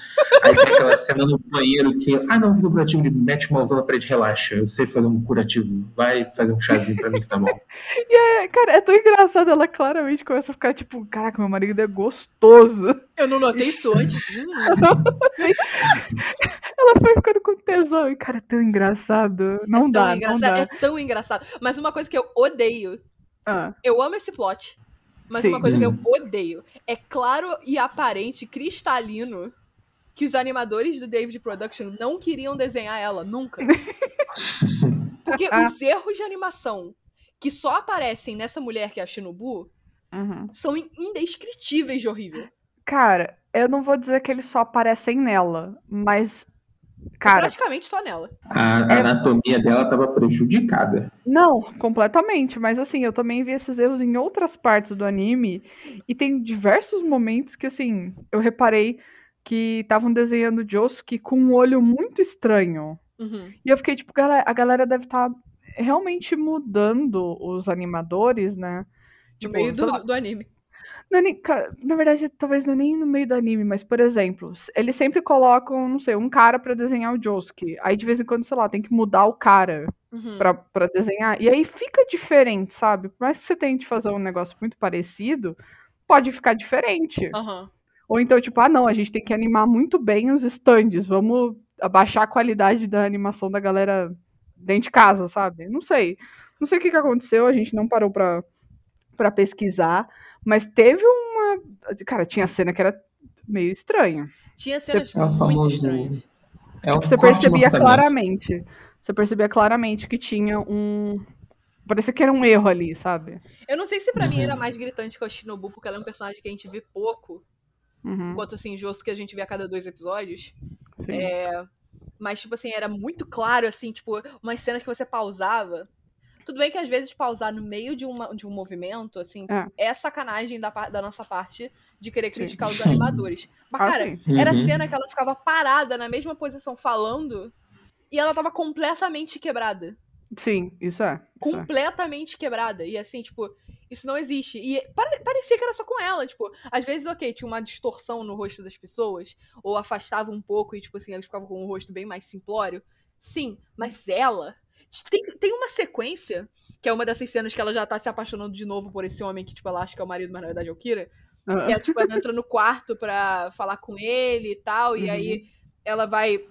C: Aí tem aquela cena no banheiro que, ah não, fiz um curativo, ele mete uma mãozão na parede, relaxa, eu sei fazer um curativo, vai fazer um chazinho pra mim que tá bom.
B: É, cara, é tão engraçado. Ela claramente começa a ficar tipo: caraca, meu marido é gostoso.
A: Eu não notei isso antes. Hum.
B: Ela foi ficando com tesão. E, cara, é tão engraçado. Não
A: Tão
B: dá, não
A: engraçado,
B: dá.
A: é tão engraçado. Mas uma coisa que eu odeio
B: Ah,
A: Eu amo esse plot. Mas
B: Sim.
A: uma coisa que
C: Hum.
A: eu odeio é claro e aparente, cristalino, que os animadores do David Production não queriam desenhar ela, nunca. Porque
B: Ah.
A: os erros de animação que só aparecem nessa mulher que é a Shinobu
B: uhum.
A: são in- indescritíveis de horrível. É
B: Cara, eu não vou dizer que eles só aparecem nela, mas. Cara,
A: Praticamente só nela.
C: A
B: É.
C: anatomia dela tava prejudicada.
B: não, completamente. Mas assim, eu também vi esses erros em outras partes do anime. E tem diversos momentos que, assim, eu reparei que estavam desenhando Josuke com um olho muito estranho.
A: Uhum.
B: E eu fiquei tipo, "Galera, a galera deve estar realmente mudando os animadores, né?
A: No
B: Tipo,
A: meio
B: sei lá,
A: do, do anime.
B: Não é nem- ca- na verdade, talvez não é nem no meio do anime, mas, por exemplo, s- eles sempre colocam, não sei, um cara pra desenhar o Josuke. Aí, de vez em quando, sei lá, tem que mudar o cara
A: Uhum.
B: pra, pra desenhar. E aí fica diferente, sabe? Por mais que você tente fazer um negócio muito parecido, pode ficar diferente.
A: Aham.
B: Ou então, tipo, ah, não, a gente tem que animar muito bem os stands. Vamos abaixar a qualidade da animação da galera dentro de casa, sabe? Não sei. Não sei o que, que aconteceu, a gente não parou pra, pra pesquisar. Mas teve uma. Cara, tinha cena que era meio estranha.
A: Tinha
B: Tipo,
A: cenas
C: É o
A: muito
C: famoso-
A: estranhas.
C: É um
B: Você
C: corte no
B: percebia
C: orçamento.
B: claramente. Você percebia claramente que tinha um. Parecia que era um erro ali, sabe?
A: Eu não sei se pra mim
C: Uhum.
A: era mais gritante que a Shinobu, porque ela é um personagem que a gente vê pouco,
B: Uhum,
A: enquanto assim, Josuke a gente vê a cada dois episódios.
B: sim.
A: é, Mas, tipo assim, era muito claro, assim, tipo, umas cenas que você pausava. Tudo bem que às vezes pausar no meio de, uma, de um movimento, assim, é, sacanagem da, par- da nossa parte de querer criticar os animadores. Mas,
B: Ah,
A: cara,
B: sim.
A: era
C: Uhum.
A: cena que ela ficava parada na mesma posição falando e ela tava completamente quebrada.
B: Sim, isso é. Isso é.
A: Completamente quebrada. E assim, tipo, isso não existe. E pare- parecia que era só com ela, tipo, às vezes, ok, tinha uma distorção no rosto das pessoas, ou afastava um pouco e, tipo assim, elas ficavam com o rosto bem mais simplório. Sim, mas ela. Tem, tem uma sequência, que é uma dessas cenas que ela já tá se apaixonando de novo por esse homem que, tipo, ela acha que é o marido, mas na verdade é o Kira.
B: Ah,
A: Que é, tipo, ela entra no quarto pra falar com ele e tal. E
B: Uhum.
A: aí ela vai.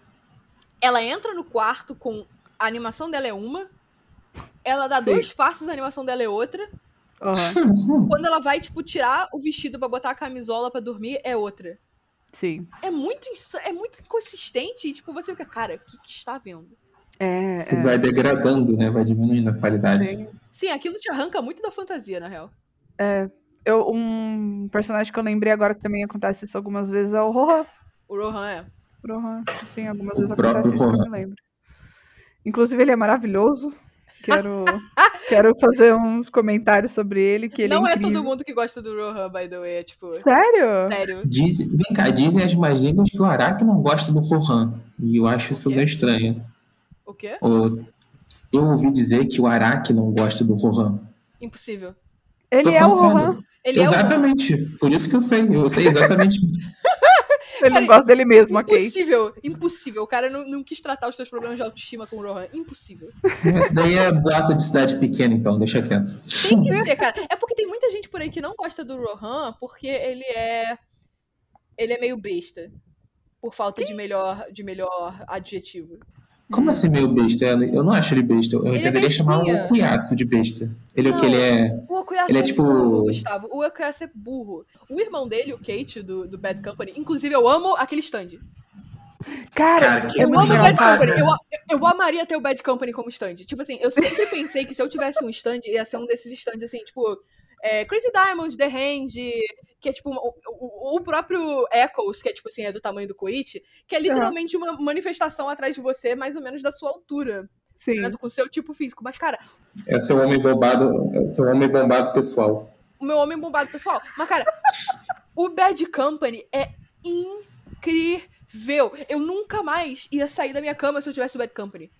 A: Ela entra no quarto com. A animação dela é uma. Ela dá
B: Sim.
A: dois passos, a animação dela é outra.
B: aham,
A: Quando ela vai, tipo, tirar o vestido pra botar a camisola pra dormir, é outra.
B: Sim.
A: É muito insa- é muito inconsistente. E, tipo, você fica, cara, o que, que está vendo?
B: É,
C: Que
B: é.
C: vai degradando, né? Vai diminuindo a qualidade.
B: Sim.
A: Sim, aquilo te arranca muito da fantasia, na real.
B: Eu, um personagem que eu lembrei agora que também acontece isso algumas vezes é o Rohan.
A: O Rohan é.
B: Rohan. Sim, algumas
C: O
B: vezes
C: próprio
B: acontece isso, eu
C: Rohan.
B: me lembro. Inclusive, ele é maravilhoso. Quero, quero fazer uns comentários sobre ele. Que ele
A: Não é,
B: é, incrível.
A: todo mundo que gosta do Rohan, by the way. É, tipo,
B: Sério?
A: sério.
C: Dizem, vem cá, dizem as mais línguas que o Araki não gosta do Rohan. E eu acho isso
A: quê?
C: meio estranho.
A: O quê?
C: Ou- Eu ouvi dizer que o Araki não gosta do Rohan.
A: Impossível.
C: Tô
B: Ele é o
C: falando
B: Rohan.
C: sério.
A: Ele é o
C: exatamente. Por isso que eu sei. Eu sei exatamente.
B: Ele não gosta dele mesmo, ok.
A: impossível, impossível. O cara não, não quis tratar os seus problemas de autoestima com o Rohan. Impossível.
C: Isso daí é boato de cidade pequena, então, deixa quieto.
A: Tem que ser, cara. É porque tem muita gente por aí que não gosta do Rohan porque ele é. Ele é meio besta. Por falta de melhor, de melhor adjetivo.
C: Como assim meio besta? Eu não acho ele besta. Eu
A: é
C: entenderia chamar
A: bestinha.
C: um cunhaço de besta. Ele é o que
A: Não.
C: ele é.
A: O Okuyasu
C: Ele é
A: é
C: tipo-
A: burro, Gustavo. O Okuyasu é burro. O irmão dele, o Kate, do, do Bad Company, inclusive eu amo aquele stand.
B: Cara,
C: Cara, que
B: é
A: Eu
B: muito
A: amo o Bad
B: engraçado.
A: Company. Eu, eu amaria ter o Bad Company como stand. Tipo assim, eu sempre pensei que se eu tivesse um stand, ia ser um desses stands assim, tipo. é, Crazy Diamond, The Hand, que é tipo. uma- O, o- o próprio Echoes, que é tipo assim, é do tamanho do Coit, que é literalmente uma manifestação atrás de você, mais ou menos da sua altura,
B: Sim.
A: né, do- com o seu tipo físico. Mas, cara,
C: É o seu homem bombado, é o seu homem bombado pessoal.
A: o meu homem bombado pessoal. Mas, cara, o Bad Company é incrível. Eu nunca mais ia sair da minha cama se eu tivesse o Bad Company.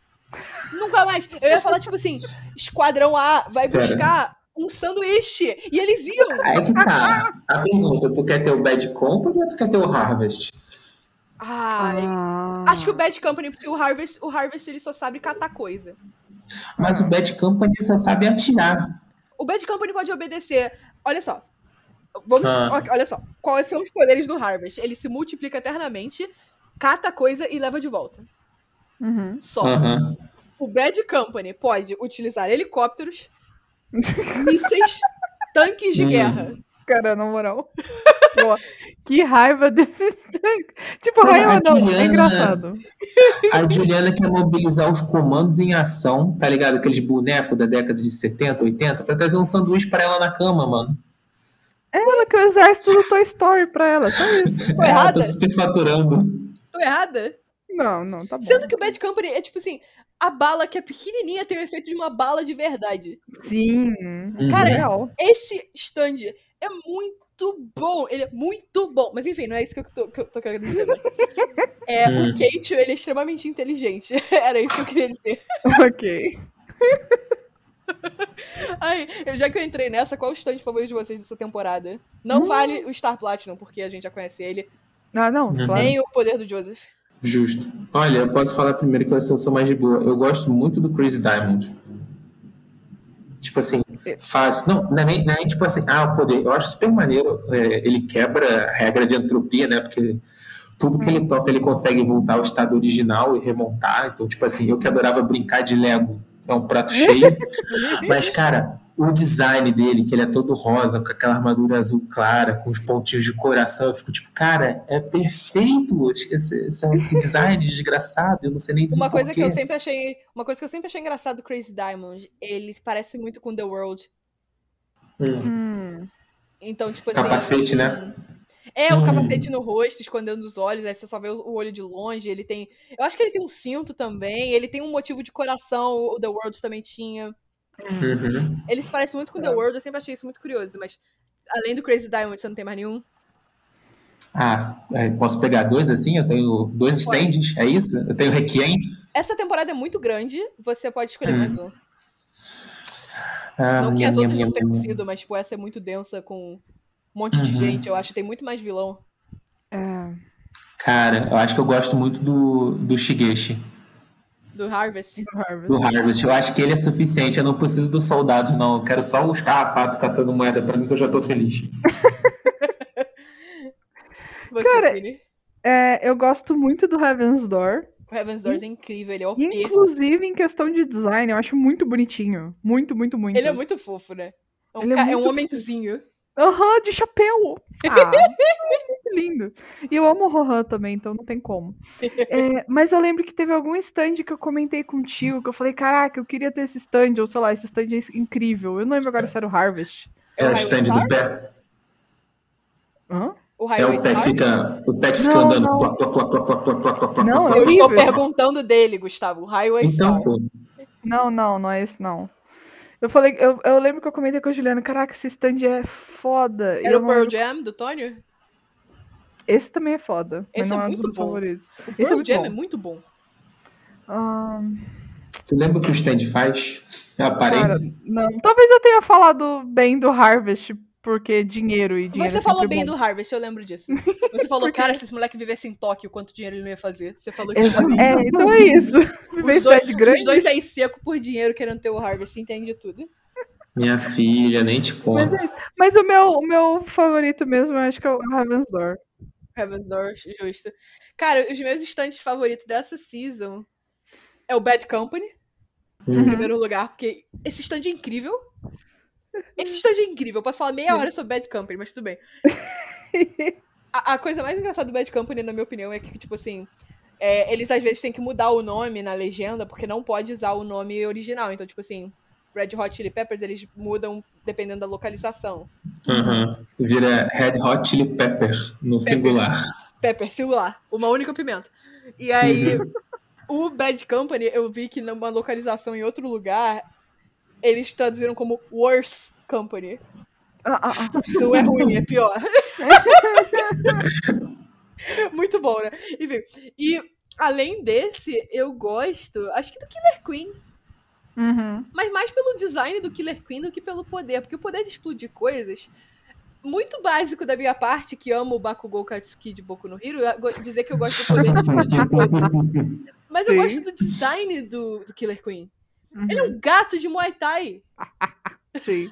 A: Nunca mais. Eu ia falar, tipo assim, Esquadrão A vai
C: Pera.
A: buscar um sanduíche. E eles iam.
C: Aí que tá. A pergunta, tu quer ter o Bad Company ou tu quer ter o Harvest?
A: Ai.
B: Ah.
A: Acho que o Bad Company, porque o Harvest, o Harvest ele só sabe catar coisa.
C: Mas o Bad Company só sabe atirar.
A: O Bad Company pode obedecer. Olha só. Vamos.
C: Ah.
A: ok, Olha só. Quais são os poderes do Harvest? Ele se multiplica eternamente, cata coisa e leva de volta.
B: Uhum.
A: Só.
C: Aham.
A: O Bad Company pode utilizar helicópteros, mísseis, tanques de
C: Hum.
A: guerra.
B: Cara, na moral. Pô, que raiva desses tanques. Tipo, raiva
C: Aqui,
B: não,
C: Ana.
B: é engraçado.
C: A Juliana quer mobilizar os comandos em ação, tá ligado? Aqueles bonecos da década de 70, 80, pra trazer um sanduíche pra ela na cama, mano.
B: Ela que o exército do Toy Story pra ela, só isso.
A: Tô
C: Ela tá
A: errada?
C: superfaturando.
A: Tô errada?
B: Não, não, tá bom.
A: Sendo que o Bad Company é tipo assim, a bala que é pequenininha tem o efeito de uma bala de verdade.
B: Sim.
A: Cara,
B: Real.
A: Esse stand é muito bom. Ele é muito bom. Mas enfim, não é isso que eu tô, que eu tô querendo dizer. né? É,
C: Hum.
A: O Kate, ele é extremamente inteligente. Era isso que eu queria dizer.
B: Ok.
A: Ai, eu- já que eu entrei nessa, qual o stand favorito de vocês dessa temporada? Não vale o Star Platinum, porque a gente já conhece ele.
B: Ah, não,
C: Uhum.
B: claro.
A: Nem o poder do Joseph.
C: Justo. Olha, eu posso falar primeiro que eu sou, sou mais de boa. Eu gosto muito do Chris Diamond. Tipo assim, fácil. Não, não é nem, não é nem tipo assim, ah, o poder. Eu acho super maneiro. é, ele quebra a regra de entropia, né? Porque tudo que
A: Uhum.
C: ele toca ele consegue voltar ao estado original e remontar. Então, tipo assim, eu que adorava brincar de Lego. É um prato cheio. Mas, cara, o design dele, que ele é todo rosa, com aquela armadura azul clara, com os pontinhos de coração, eu fico tipo, cara, é perfeito esse, esse- esse design desgraçado, eu não sei nem dizer
A: Uma coisa
C: porquê.
A: que eu sempre achei, uma coisa que eu sempre achei engraçado do Crazy Diamond, ele se parece muito com The World.
C: Hum.
B: Hum.
A: Então, tipo assim,
C: Capacete, né?
A: é um
C: Hum.
A: capacete no rosto, escondendo os olhos, aí você só vê o olho de longe, ele tem, eu acho que ele tem um cinto também, ele tem um motivo de coração, o The World também tinha. Hum.
C: Uhum.
A: Ele se parece muito com The World, eu sempre achei isso muito curioso, mas além do Crazy Diamond, você não tem mais nenhum?
C: Ah, é, posso pegar dois assim? Eu tenho dois
A: Pode.
C: stands, é isso? Eu tenho Requiem.
A: Essa temporada é muito grande, você pode escolher
C: Hum.
A: mais um.
C: Ah,
A: Não que
C: nham,
A: as outras
C: nham,
A: não
C: nham,
A: tenham
C: nham.
A: sido, mas tipo, essa é muito densa com um monte de
C: Uhum.
A: gente, eu acho que tem muito mais vilão.
B: É.
C: Cara, eu acho que eu gosto muito do, do Shigeshi,
A: Do Harvest.
B: Tipo,
C: do
B: Harvest.
C: Harvest. Eu acho que ele é suficiente. Eu não preciso do soldado, não. Eu quero só os carrapatos catando moeda pra mim que eu já tô feliz.
A: Você,
B: Cara,
A: Vini?
B: É, eu gosto muito do Heaven's Door.
A: O Heaven's Doors é incrível, ele é OP.
B: Inclusive em questão de design, eu acho muito bonitinho. Muito, muito, muito.
A: Ele é muito fofo, né? É um,
B: Ele é
A: ca- é um
B: muito
A: homenzinho.
B: Aham, de chapéu. Ah, que lindo. E eu amo o Rohan também, então não tem como. É, mas eu lembro que teve algum stand que eu comentei contigo, que eu falei, caraca, eu queria ter esse stand, ou sei lá, esse stand é incrível. Eu não lembro agora se era o Harvest.
A: É o
C: É o
A: Highway
C: stand
A: Star?
C: do pé.
B: Hã?
A: O
C: É
A: Highway
C: o pé que
A: Star.
C: fica, o pé que fica
B: Não,
C: andando.
B: não.
C: Plá, plá, plá, plá, plá, plá, plá, plá, plá,
B: Não,
C: plá.
A: Eu estou
B: Horrível.
A: perguntando dele, Gustavo. O Highway
C: Então,
A: Star.
C: pô.
B: Não, não, não é esse não. Eu falei, eu, eu lembro que eu comentei com a Juliana, caraca, esse stand é foda. E
A: Era
B: eu
A: o
B: não
A: Pearl
B: lembro-
A: Jam do Tônio?
B: é Esse também é foda. mas
A: Esse
B: não
A: é
B: um
A: muito
B: dos meus
A: bom.
B: favoritos. Esse é
A: Pearl
B: muito
A: Jam
B: bom.
A: é muito bom.
B: Ah,
C: Tu lembra o que o stand faz? A
B: cara,
C: aparência?
B: não. Talvez eu tenha falado bem do Harvest Porque dinheiro e dinheiro. é
A: Você falou
B: sempre
A: bem
B: bom.
A: do Harvest, eu lembro disso. Você falou,
B: Por quê?
A: cara, se esse moleque vivesse em Tóquio, quanto dinheiro ele não ia fazer? Você falou isso.
B: Exa- É, então é isso. Viver em
A: Os dois,
B: cidade grande.
A: os dois aí seco por dinheiro querendo ter o Harvest, entende tudo.
C: Minha filha, nem te conto.
B: Mas, é isso. Mas o meu, o meu favorito mesmo, eu acho que é o Raven's Door.
A: Heaven's Door, justo. Cara, os meus estantes favoritos dessa season é o Bad Company, em
C: Hum,
A: primeiro lugar, porque esse stand é incrível. Esse stand é incrível. Eu posso falar meia hora sobre Bad Company, mas tudo bem. A, a coisa mais engraçada do Bad Company, na minha opinião, é que, tipo assim, é, eles às vezes têm que mudar o nome na legenda, porque não pode usar o nome original. Então, tipo assim, Red Hot Chili Peppers, eles mudam dependendo da localização.
C: aham. Uhum. Vira Red Hot Chili Pepper no singular.
A: Pepper, singular. Uma única pimenta. E aí, o Bad Company, eu vi que numa localização em outro lugar, eles traduziram como Worse Company.
B: Ah, ah, ah.
A: Não é ruim, é pior. Muito bom, né? Enfim, e além desse, eu gosto, acho que do Killer Queen.
B: Uhum.
A: Mas mais pelo design do Killer Queen do que pelo poder. Porque o poder de explodir coisas, muito básico da minha parte, que amo o Bakugou Katsuki de Boku no Hero, eu go- dizer que eu gosto do poder de explodir coisas. Mas eu
B: Sim.
A: gosto do design do, do Killer Queen.
B: Uhum.
A: Ele é um gato de Muay Thai.
B: Sim.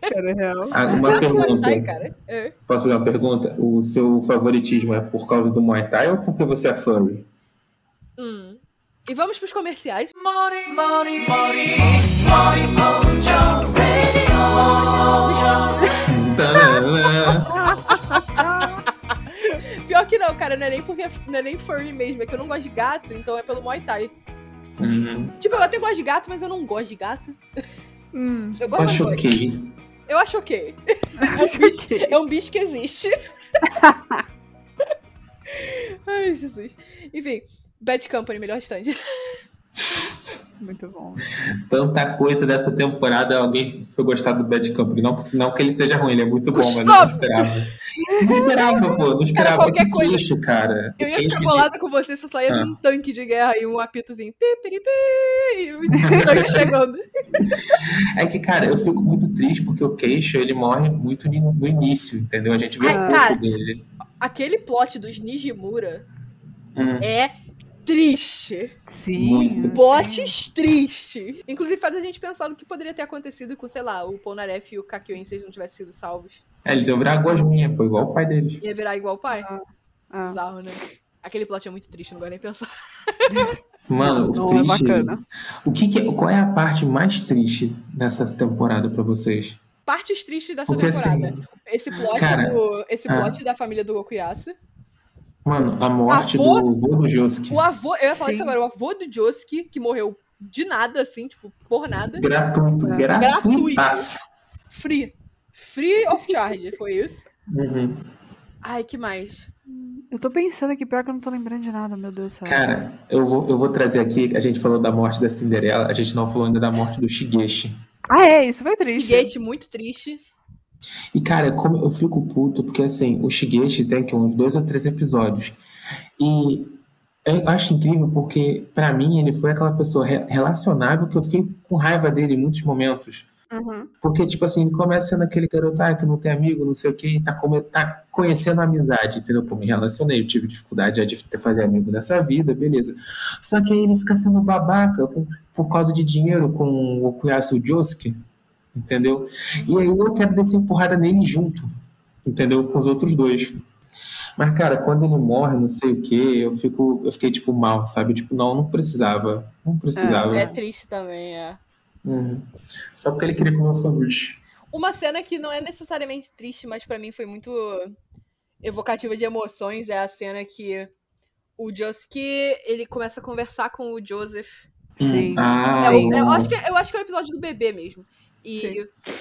B: Cara, é real.
C: Ah, uma
A: Gato de Muay Thai,
C: pergunta.
A: cara. É.
C: Posso fazer uma pergunta? O seu favoritismo é por causa do Muay Thai ou porque você é
A: Uhum.
C: furry?
A: Hum. E vamos pros comerciais.
C: Tanana.
A: Pior que não, cara, não é nem porque não é nem furry mesmo, é que eu não gosto de gato, então é pelo Muay Thai.
C: Uhum.
A: Tipo, eu até gosto de gato, mas eu não gosto de gato.
B: Hum.
A: Eu
C: Eu
A: gosto
C: acho
A: mas gosto.
C: ok.
A: Eu acho ok. É um bicho, é um bicho que existe. Ai, Jesus. Enfim, Bad Company, melhor stand.
B: Muito bom.
C: Tanta coisa dessa temporada, alguém foi gostar do Bad Company. Não, que- não que ele seja ruim, ele é muito bom, mas eu não
A: Gustavo!
C: esperava. Não esperava, pô. Não esperava.
A: qualquer
C: que
A: coisa.
C: queixo, cara.
A: Eu ia
C: Queixo
A: ficar
C: de-
A: bolada com você se eu saía
C: Ah.
A: um tanque de guerra e um apitozinho. Pi, piri, pi, e o tanque chegando.
C: É que, cara, eu fico muito triste porque o queixo, ele morre muito ni- no início, entendeu? A gente vê
A: Ai,
C: pouco
A: cara.
C: dele.
A: Aquele plot dos Nijimura
C: Hum.
A: é triste.
B: Sim.
C: Muito.
A: Botes tristes. Inclusive faz a gente pensar no que poderia ter acontecido com, sei lá, o Polnareff e o Kakyoin se eles não tivessem sido salvos.
C: É, eles iam virar gosminha, pô, igual o pai deles.
A: Ia virar igual o pai.
B: Ah.
A: Bizarro, né? Aquele plot é muito triste, não gosto nem pensar.
C: Mano, o
B: Não, é
C: triste.
B: bacana.
C: o que que é- qual é a parte mais triste nessa temporada pra vocês?
A: Partes tristes dessa
C: Porque
A: temporada.
C: assim,
A: esse plot,
C: cara,
A: do, esse
C: ah.
A: plot da família do Okuyasu.
C: mano, a morte
A: Avô?
C: do vô do Josuke.
A: O avô, eu ia falar
B: Sim.
A: isso agora, o avô do Josuke, que morreu de nada, assim, tipo, por nada.
C: Gratuito,
B: É.
C: gratuitaço.
A: Free. Free of charge, foi isso.
C: Uhum.
A: Ai, que mais?
B: Eu tô pensando aqui, pior que eu não tô lembrando de nada, meu Deus do céu.
C: Cara, eu vou, eu vou trazer aqui, a gente falou da morte da Cinderela, a gente não falou ainda da morte do Shigeshi.
B: Ah, é, isso foi triste.
A: Gate muito triste.
C: E, cara, como eu fico puto, porque assim, o Shigeshi tem que uns dois ou três episódios. E eu acho incrível porque, pra mim, ele foi aquela pessoa re- relacionável que eu fiquei com raiva dele em muitos momentos.
B: Uhum.
C: Porque, tipo assim, ele começa sendo aquele garoto ah, que não tem amigo, não sei o quê, e tá, come- tá conhecendo a amizade, entendeu? Pô, me relacionei, eu tive dificuldade já de ter- fazer amigo nessa vida, beleza. Só que aí ele fica sendo babaca com- por causa de dinheiro com o Kuyasu Josuke, entendeu? E aí eu quero descer empurrada nele junto, entendeu? Com os outros dois. Mas, cara, quando ele morre, não sei o quê, eu, fico, eu fiquei, tipo, mal, sabe? Tipo, não, não precisava. Não precisava.
A: É triste também, é.
C: Uhum. Só porque ele queria comer um sanduíche.
A: Uma cena que não é necessariamente triste, mas pra mim foi muito evocativa de emoções, é a cena que o Josuke, ele começa a conversar com o Joseph.
B: Sim.
C: Hum. Ah,
A: É o- eu,
C: nossa.
A: acho que, eu acho que é o episódio do bebê mesmo. E
B: Sim.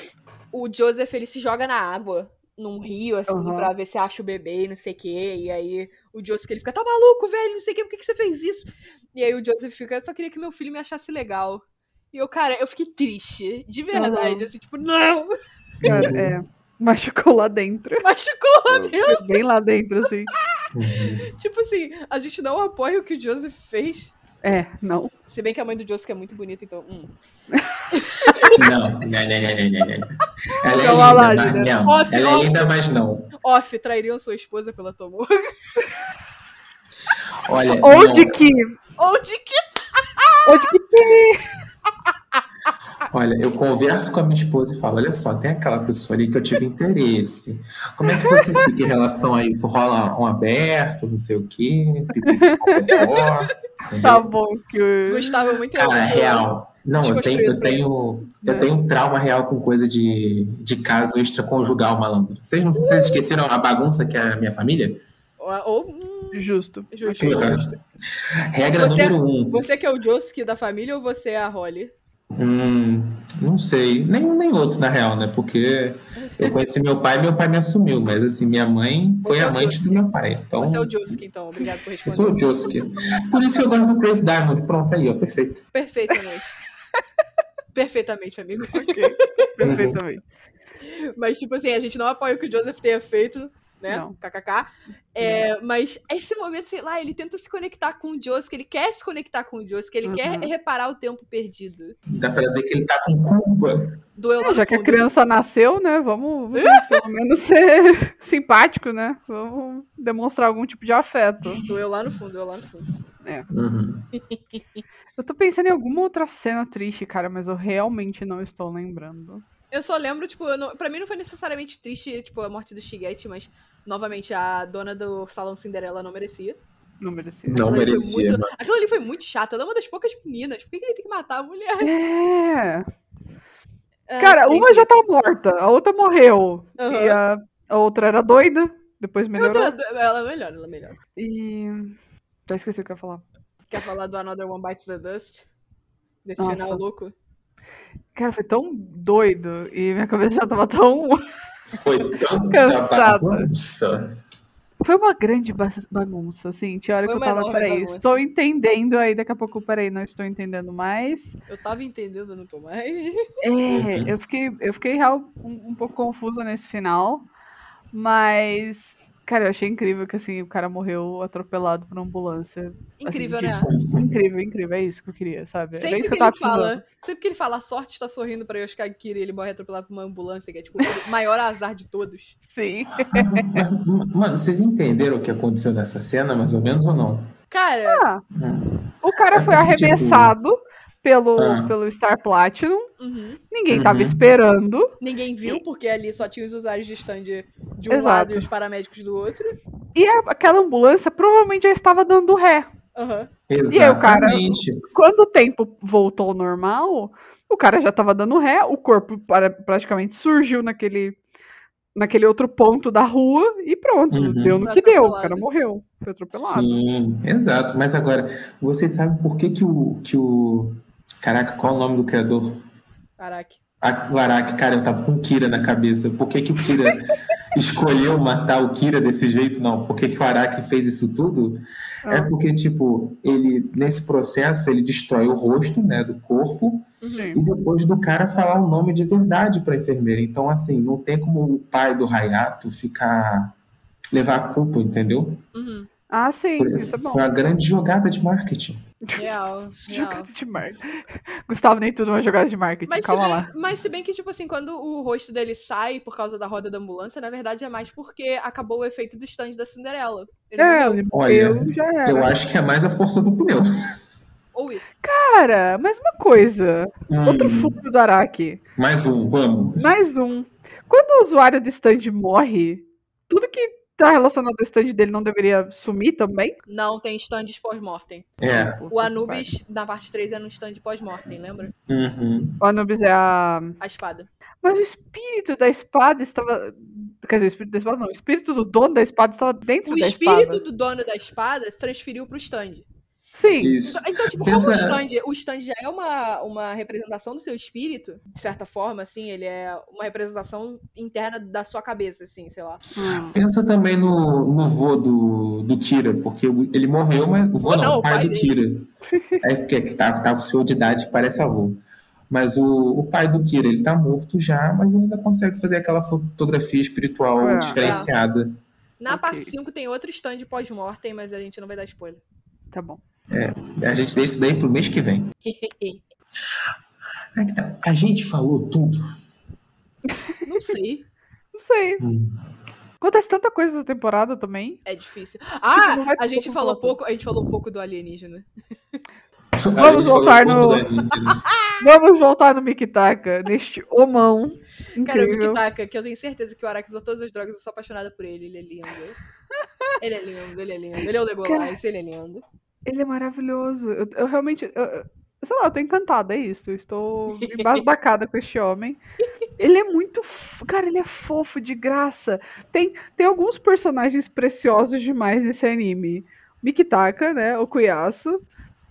A: o Joseph, ele se joga na água, num rio, assim,
B: Aham.
A: pra ver se acha o bebê e não sei o quê. E aí o Joseph, ele fica, tá maluco, velho, não sei o quê, por que, que você fez isso? E aí o Joseph fica, eu só queria que meu filho me achasse legal. E eu, cara, eu fiquei triste, de verdade,
B: Aham.
A: assim, tipo, não,
B: Cara, é. Machucou lá dentro.
A: machucou lá dentro.
B: Bem lá dentro, assim.
C: Uhum.
A: Tipo assim, a gente não apoia o que o Joseph fez,
B: É, não.
A: Se bem que a mãe do Josuke é muito bonita, então. Hum.
C: Não, não, não, não, não, não, não. Ela é
B: Então, olha lá,
C: linda, mas
B: Juliana.
C: não.
A: Off,
C: Ela é
A: off.
C: linda, mas não.
A: Off, trairiam sua esposa pela Tomoe.
C: Olha,
B: Ou
C: É, não.
B: de que.
A: Ou de que?
B: Ou de que.
C: Olha, eu converso com a minha esposa e falo: olha só, tem aquela pessoa ali que eu tive interesse. Como é que você fica em relação a isso? Rola um aberto, não sei o quê, pipipipopopó, entendeu?
B: Tá bom, que.
A: Gustavo é muito
C: Cara, real. Não, eu tenho, eu
A: Desconstruído pra
C: tenho,
B: Né?
C: eu tenho um trauma real com coisa de, de caso extraconjugal, malandro. Vocês não vocês esqueceram a bagunça que é a minha família?
A: Ou, ou- hum,
B: é, Justo.
A: justo.
C: Puta. Regra
A: Você-
C: número um.
A: Você que é o Josuke da família ou você é a Holly?
C: Hum, não sei. Nem um nem outro, na real, né? Porque eu conheci meu pai, meu pai me assumiu, mas assim, minha mãe foi
A: Você é o
C: amante do meu pai. Então,
A: Você é o Josuke, então. Obrigado por
C: eu sou
A: responder.
C: o Josuke. Por isso que eu gosto do Crazy Diamond. Pronto, aí, ó, perfeito.
A: Perfeitamente. Perfeitamente, amigo.
C: Uhum.
B: Perfeitamente.
A: Mas, tipo assim, a gente não apoia o que o Joseph tenha feito, né?
B: Não.
A: KKK. É, mas esse momento, sei lá, ele tenta se conectar com o Josuke, ele quer se conectar com o Josuke, ele
B: Uhum.
A: quer reparar o tempo perdido.
C: Dá pra ver que ele tá com culpa.
A: Doeu lá
B: É,
A: no
B: já que a
A: fundo.
B: criança nasceu, né? Vamos, vamos pelo menos ser simpático, né? Vamos demonstrar algum tipo de afeto.
A: Doeu lá no fundo, doeu lá no fundo.
C: Uhum.
B: Eu tô pensando em alguma outra cena triste, cara, mas eu realmente não estou lembrando.
A: Eu só lembro, tipo, eu não, pra mim não foi necessariamente triste, tipo, a morte do Shigeti, mas, novamente, a dona do Salão Cinderela não merecia.
B: Não merecia.
C: Não
A: Aquilo ali foi
C: merecia,
A: muito- Aquilo ali foi muito chato, ela é uma das poucas meninas. Por que que ele tem que matar a mulher?
B: É.
A: É,
B: Cara,
A: se bem
B: uma
A: que-
B: já tá morta, a outra morreu.
A: Aham.
B: E a, a outra era doida, depois melhorou.
A: Outra- Ela é melhor, ela é melhor.
B: E. Já esqueci o que eu ia falar.
A: Quer falar do Another One Bites the Dust? Desse
B: Nossa.
A: final louco?
B: Cara, foi tão doido e minha cabeça já tava tão.
C: Foi tão
B: Cansada.
C: bagunça.
B: Foi uma grande ba- bagunça, assim. Tinha hora
A: Foi
B: que eu
A: uma
B: tava,
A: enorme
B: peraí,
A: bagunça.
B: estou entendendo, aí daqui a pouco, peraí, não estou entendendo mais.
A: Eu tava entendendo, não tô mais.
C: Uhum.
B: É, eu fiquei, eu fiquei real um, um pouco confusa nesse final, mas, cara, eu achei incrível que, assim, o cara morreu atropelado por uma ambulância.
A: Incrível,
B: assim,
A: né?
C: Uhum.
B: tipo, Incrível, incrível, é isso que eu queria, sabe? Era
A: Sempre
B: isso
A: que,
B: que eu
A: ele
B: tava precisando.
A: fala, sempre que ele fala, a sorte está sorrindo pra Yoshikage Kira, ele morre atropelado por uma ambulância, que é tipo o maior azar de todos.
B: Sim.
C: Mas, Mano, vocês entenderam o que aconteceu nessa cena, mais ou menos, ou não?
A: Cara,
B: Ah, o cara foi
C: Tipo-
B: arremessado pelo,
C: Ah.
B: pelo Star Platinum,
A: uhum,
B: ninguém tava
C: Uhum.
B: esperando.
A: ninguém viu, porque ali só tinha os usuários de stand de um
B: Exato.
A: lado e os paramédicos do outro.
B: E a- aquela ambulância provavelmente já estava dando ré.
A: Aham.
B: E aí, o cara?
C: Exatamente.
B: Quando o tempo voltou ao normal, o cara já estava dando ré, o corpo para- praticamente surgiu naquele, naquele outro ponto da rua e pronto,
C: Uhum.
B: deu no
A: Foi
B: que deu. O
A: atropelado.
B: cara morreu, foi atropelado.
C: Sim, exato. Mas agora, vocês sabem por que que o, que o... Caraca, qual o nome do criador?
A: Caraca.
C: A- O Araki, cara, eu tava com o Kira na cabeça. Por que que o Kira escolheu matar o Kira desse jeito? Não, por que que o Araki fez isso tudo? É
B: Ah,
C: porque, tipo, ele, nesse processo, ele destrói o rosto, né, do corpo,
B: sim.
C: e depois do cara falar o nome de verdade para enfermeira. Então, assim, não tem como o pai do Rayato ficar. levar a culpa, entendeu?
A: Uhum.
B: Ah, sim,
C: Por
B: isso é
C: isso,
B: bom.
C: Foi uma grande jogada de marketing.
A: Real, real.
B: Jogada de marketing. Gustavo, nem tudo é uma jogada de marketing,
A: Mas se,
B: calma
A: bem,
B: lá.
A: mas se bem que, tipo assim, quando o rosto dele sai por causa da roda da ambulância, na verdade é mais porque acabou o efeito do stand da Cinderela. Ele
B: É,
A: morreu.
B: ele
C: Olha,
B: morreu, já era.
C: Eu acho que é mais a força do pneu.
A: Ou isso.
B: Cara, mais uma coisa. Outro
C: Hum,
B: furo do Araki.
C: mais um, vamos.
B: Mais um. Quando o usuário do stand morre, tudo que tá relacionado ao stand dele não deveria sumir também?
A: Não tem stands pós-mortem.
C: É.
A: O Anubis, na parte 3, era um stand pós-mortem, lembra?
C: uhum.
B: O Anubis é a.
A: A espada.
B: Mas o espírito da espada estava. Quer dizer, o espírito da espada não. O espírito do dono da espada estava dentro
A: O
B: da
A: espírito
B: espada.
A: do dono da espada se transferiu pro stand.
B: Sim.
C: Isso.
A: Então, tipo, como
C: Pensa-
B: é.
A: o stand, o stand já é uma, uma representação do seu espírito, de certa forma, assim, ele é uma representação interna da sua cabeça, assim, sei lá.
B: Hum.
C: Pensa também no, no vô do, do Kira, porque o- ele morreu, mas o vô
A: Vô
C: não,
A: não,
C: o pai
A: pai
C: do Kira. É que, que tá, tá o senhor de idade, parece avô. Mas o, o pai do Kira, ele tá morto já, mas ele ainda consegue fazer aquela fotografia espiritual
B: É.
C: diferenciada.
A: Na
B: Ok.
A: parte 5 tem outro stand pós-mortem, mas a gente não vai dar spoiler.
B: Tá bom.
C: É, a gente deixa isso daí pro mês que vem. Aí que tá. A gente falou tudo.
A: Não sei.
B: Não sei. Acontece tanta coisa essa temporada também.
A: É difícil.
B: Tipo, não
A: Ah,
B: vai
A: a gente
B: pouco,
A: falou
B: pouco.
A: pouco, a gente falou pouco do alienígena.
C: A gente falou
B: voltar
C: tudo
B: no-
C: da Índia.
B: Vamos voltar no Mictaca, neste homão.
A: Cara, o
B: Incrível.
A: Miki-Taka, que eu tenho certeza que o Arax usou todas as drogas, eu sou apaixonada por ele, ele é lindo. Ele é lindo, ele é lindo. Ele é o Legolas, ele é lindo.
B: Ele é maravilhoso. Eu, eu realmente. eu- eu- sei lá, eu tô encantada, é isso. Eu estou embasbacada com este homem. Ele é muito. f- Cara, ele é fofo, de graça. Tem, tem alguns personagens preciosos demais nesse anime: Mikitaka, né? O Kuyasu.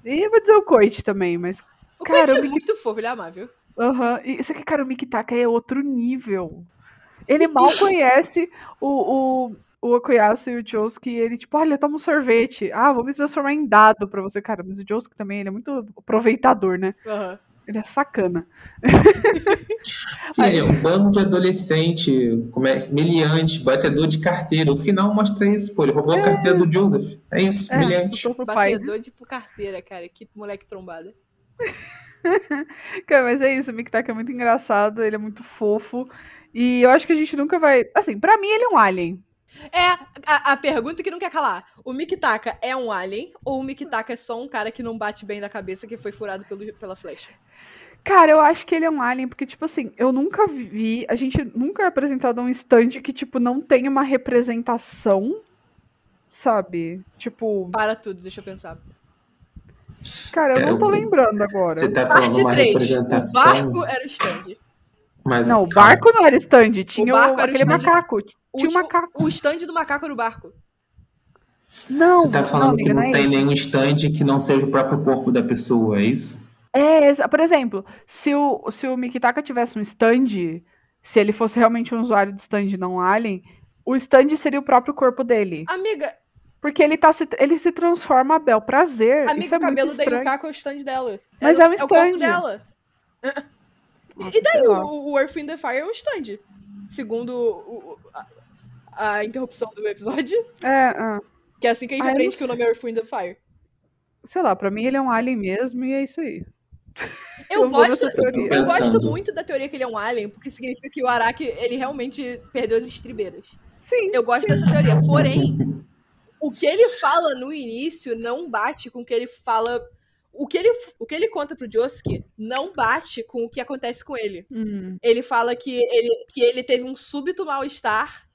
B: E eu vou dizer o Koichi também, mas.
A: O
B: Cara,
A: Cara,
B: o
A: é
B: Miki-
A: muito fofo, ele é amável.
B: Aham. e Só que, cara, o Mikitaka é outro nível. Ele mal conhece o, o, o Okuyasu e o Josuke. e Ele, tipo, olha, toma um sorvete. Ah, vou me transformar em dado pra você. Cara, mas o Josuke também, ele é muito aproveitador, né?
A: Aham.
B: Ele é sacana.
C: Filha, um bando de adolescente, como é, meliante, batedor de carteira. O final mostra isso, pô. Ele roubou a carteira do Joseph. É isso,
B: É,
C: meliante.
B: voltou pro pai.
A: Batedor de por carteira, cara. Que moleque trombada.
B: Cara, mas é isso, o Mikitaka é muito engraçado, ele é muito fofo. E eu acho que a gente nunca vai. Assim, pra mim ele é um alien.
A: É, a, a pergunta que não quer calar. O Miki-Taka é um alien ou o Miki-Taka é só um cara que não bate bem da cabeça que foi furado pelo, pela flecha?
B: Cara, eu acho que ele é um alien, porque, tipo assim, eu nunca vi. A gente nunca é apresentado a um stand que, tipo, não tem uma representação. Sabe? Tipo.
A: Para tudo, deixa eu pensar.
B: Cara, eu
C: É,
B: não tô
C: o-
B: lembrando agora.
C: Você tá falando
A: Parte
C: uma
A: 3. O
C: representação.
A: barco era o stand.
C: mas-
B: Não, o barco não era stand, tinha o
A: barco era o
B: aquele
A: stand.
B: macaco.
A: O
B: Tinha um
A: último-
B: macaco.
A: O stand do macaco era o barco.
B: Não,
C: Você tá
B: não,
C: falando
B: amiga,
C: que não,
B: é
C: tem
B: esse.
C: nenhum stand que não seja o próprio corpo da pessoa, é isso?
B: É, exa- por exemplo, se o, se o Mikitaka tivesse um stand, se ele fosse realmente um usuário do stand, não um alien, o stand seria o próprio corpo dele.
A: Amiga,
B: Porque ele, tá se, ele se transforma a bel prazer. Isso
A: amiga,
B: é
A: o cabelo
B: muito
A: da
B: estranho.
A: Yukako é o stand dela.
B: Mas
A: é,
B: é um
A: o- o corpo
B: stand.
A: dela.
B: Nossa,
A: E daí
B: sei lá.
A: o, o Earth in the Fire é um stand. Segundo o- o- a, a interrupção do episódio.
B: É, ah,
A: Que é assim que a gente
B: Ah, eu
A: aprende
B: não
A: que o nome é Earth in the Fire.
B: sei lá, pra mim ele é um alien mesmo e é isso aí.
A: Eu,
B: Eu vou
A: gosto.
B: nessa teoria.
A: Eu gosto
C: Pensando.
A: muito da teoria que ele é um alien, porque significa que o Araki, ele realmente perdeu as estribeiras.
B: Sim.
A: Eu gosto dessa teoria. Porém, o que ele fala no início não bate com o que ele fala. O que ele, o que ele conta pro Josuke não bate com o que acontece com ele.
B: Hum,
A: ele fala que ele, que ele teve um súbito mal-estar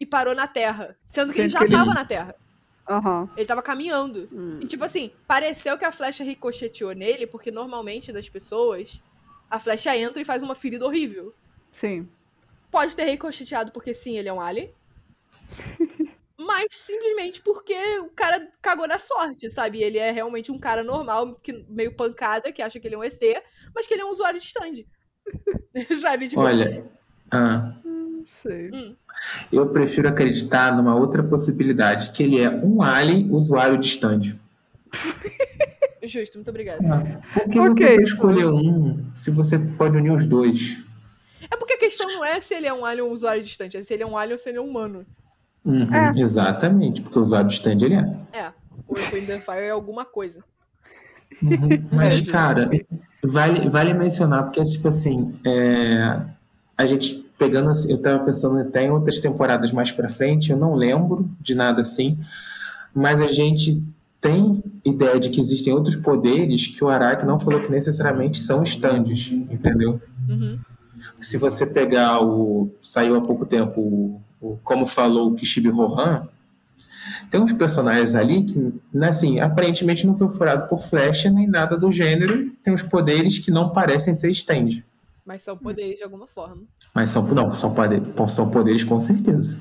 A: e parou na Terra. Sendo que ele
B: Sendo
A: já
B: que ele-
A: tava na Terra.
B: aham.
A: Ele tava caminhando. E tipo assim, pareceu que a flecha ricocheteou nele, porque normalmente das pessoas, a flecha entra e faz uma ferida horrível.
B: Sim.
A: Pode ter ricocheteado porque sim, ele é um alien. Mas simplesmente porque o cara cagou na sorte, sabe? Ele é realmente um cara normal, que, meio pancada, que acha que ele é um ET, mas que ele é um usuário de stand. sabe? Tipo,
C: Olha, ah,
B: Não sei.
C: eu prefiro acreditar numa outra possibilidade, que ele é um alien usuário de stand.
A: Justo, muito obrigada.
C: Ah, Por que
B: Ok.
C: você vai escolher um se você pode unir os dois?
A: É porque a questão não é se ele é um alien ou um usuário distante, é se ele é um alien ou se ele é um humano.
C: Uhum,
B: É.
C: Exatamente, porque o usuário de stand ele é.
A: É. O Earth, Wind and Fire é alguma coisa.
C: Uhum. Mas,
B: Entendi.
C: cara, vale, vale mencionar, porque, tipo assim, é, a gente pegando, assim, eu tava pensando até em outras temporadas mais pra frente, eu não lembro de nada assim, mas a gente tem ideia de que existem outros poderes que o Araki não falou que necessariamente são stands, entendeu?
A: Uhum.
C: Se você pegar o. Saiu há pouco tempo o, o- Como falou o Kishibe Rohan, tem uns personagens ali que, né, assim, aparentemente não foi furado por flecha nem nada do gênero. Tem uns poderes que não parecem ser stand.
A: Mas são poderes de alguma forma.
C: Mas são. Não, são, pade- são poderes com certeza.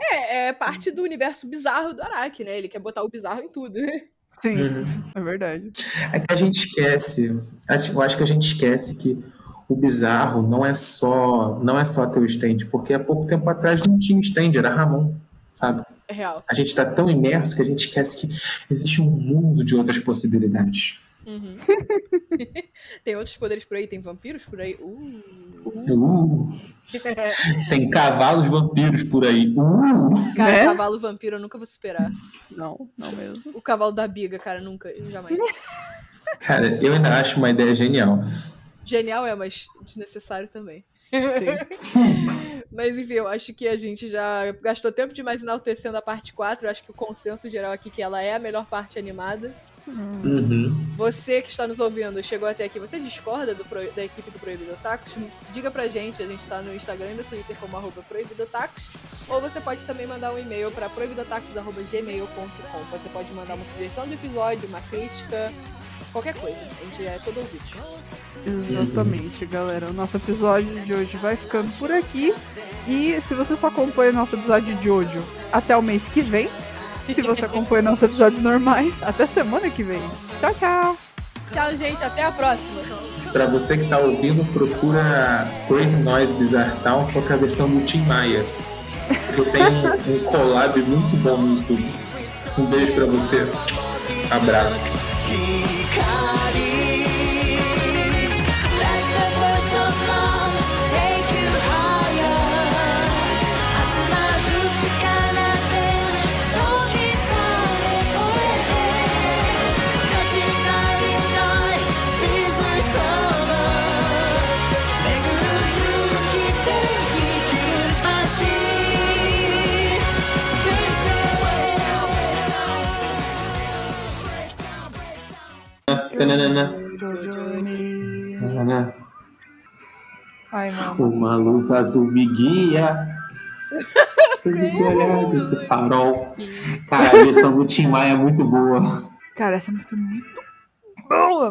A: É, é parte do universo bizarro do Araki, né? Ele quer botar o bizarro em tudo.
B: Sim, é verdade.
C: É que a gente esquece, acho- eu acho que a gente esquece que o bizarro não é só não é só ter o stand, porque há pouco tempo atrás não tinha stand, era Ramon, sabe?
A: É real.
C: A gente está tão imerso que a gente esquece que existe um mundo de outras possibilidades.
A: Tem outros poderes por aí, tem vampiros por aí. Uh.
C: Uh. Tem cavalos vampiros por aí. Uh.
A: Cara,
B: Né?
A: cavalo vampiro eu nunca vou superar.
B: Não, não mesmo.
A: O cavalo da biga, cara, nunca, jamais.
C: Cara, eu ainda acho uma ideia genial.
A: Genial é, mas desnecessário também.
B: Sim.
A: Mas enfim, eu acho que a gente já gastou tempo demais enaltecendo a parte 4. Eu acho que o consenso geral aqui é que ela é a melhor parte animada.
B: Hum,
C: Uhum.
A: Você que está nos ouvindo, chegou até aqui, você discorda do Pro- da equipe do Proibido Otakus? Diga pra gente, a gente tá no Instagram e no Twitter como arroba Proibido Otakus, ou você pode também mandar um e-mail pra proibidotakus.gmail.com. Você pode mandar uma sugestão de episódio, uma crítica, qualquer coisa. A gente é todo ouvido.
B: Exatamente, galera. O nosso episódio de hoje vai ficando por aqui. E se você só acompanha o nosso episódio de hoje até o mês que vem, se você acompanha nossos episódios normais, até semana que vem. Tchau, tchau!
A: Tchau, gente, até a próxima!
C: Pra você que tá ouvindo, procura Crazy Noise Bizarre Town, só que é a versão do Tim Maia. Que eu tenho um collab muito bom no YouTube. Um beijo pra você. Abraço.
D: Let the voice of love take you higher. Atsumaru chikara de tohisare koe de. Katinari nai bizarre summer. Meguru yuki de ikiru machi. Break the way away.
C: Tananana. Tananana.
B: Ai, mano.
C: Uma luz azul me guia. Pelos olhares do farol. Cara, a versão do Tim Maia é muito boa.
B: Cara, essa música é muito boa!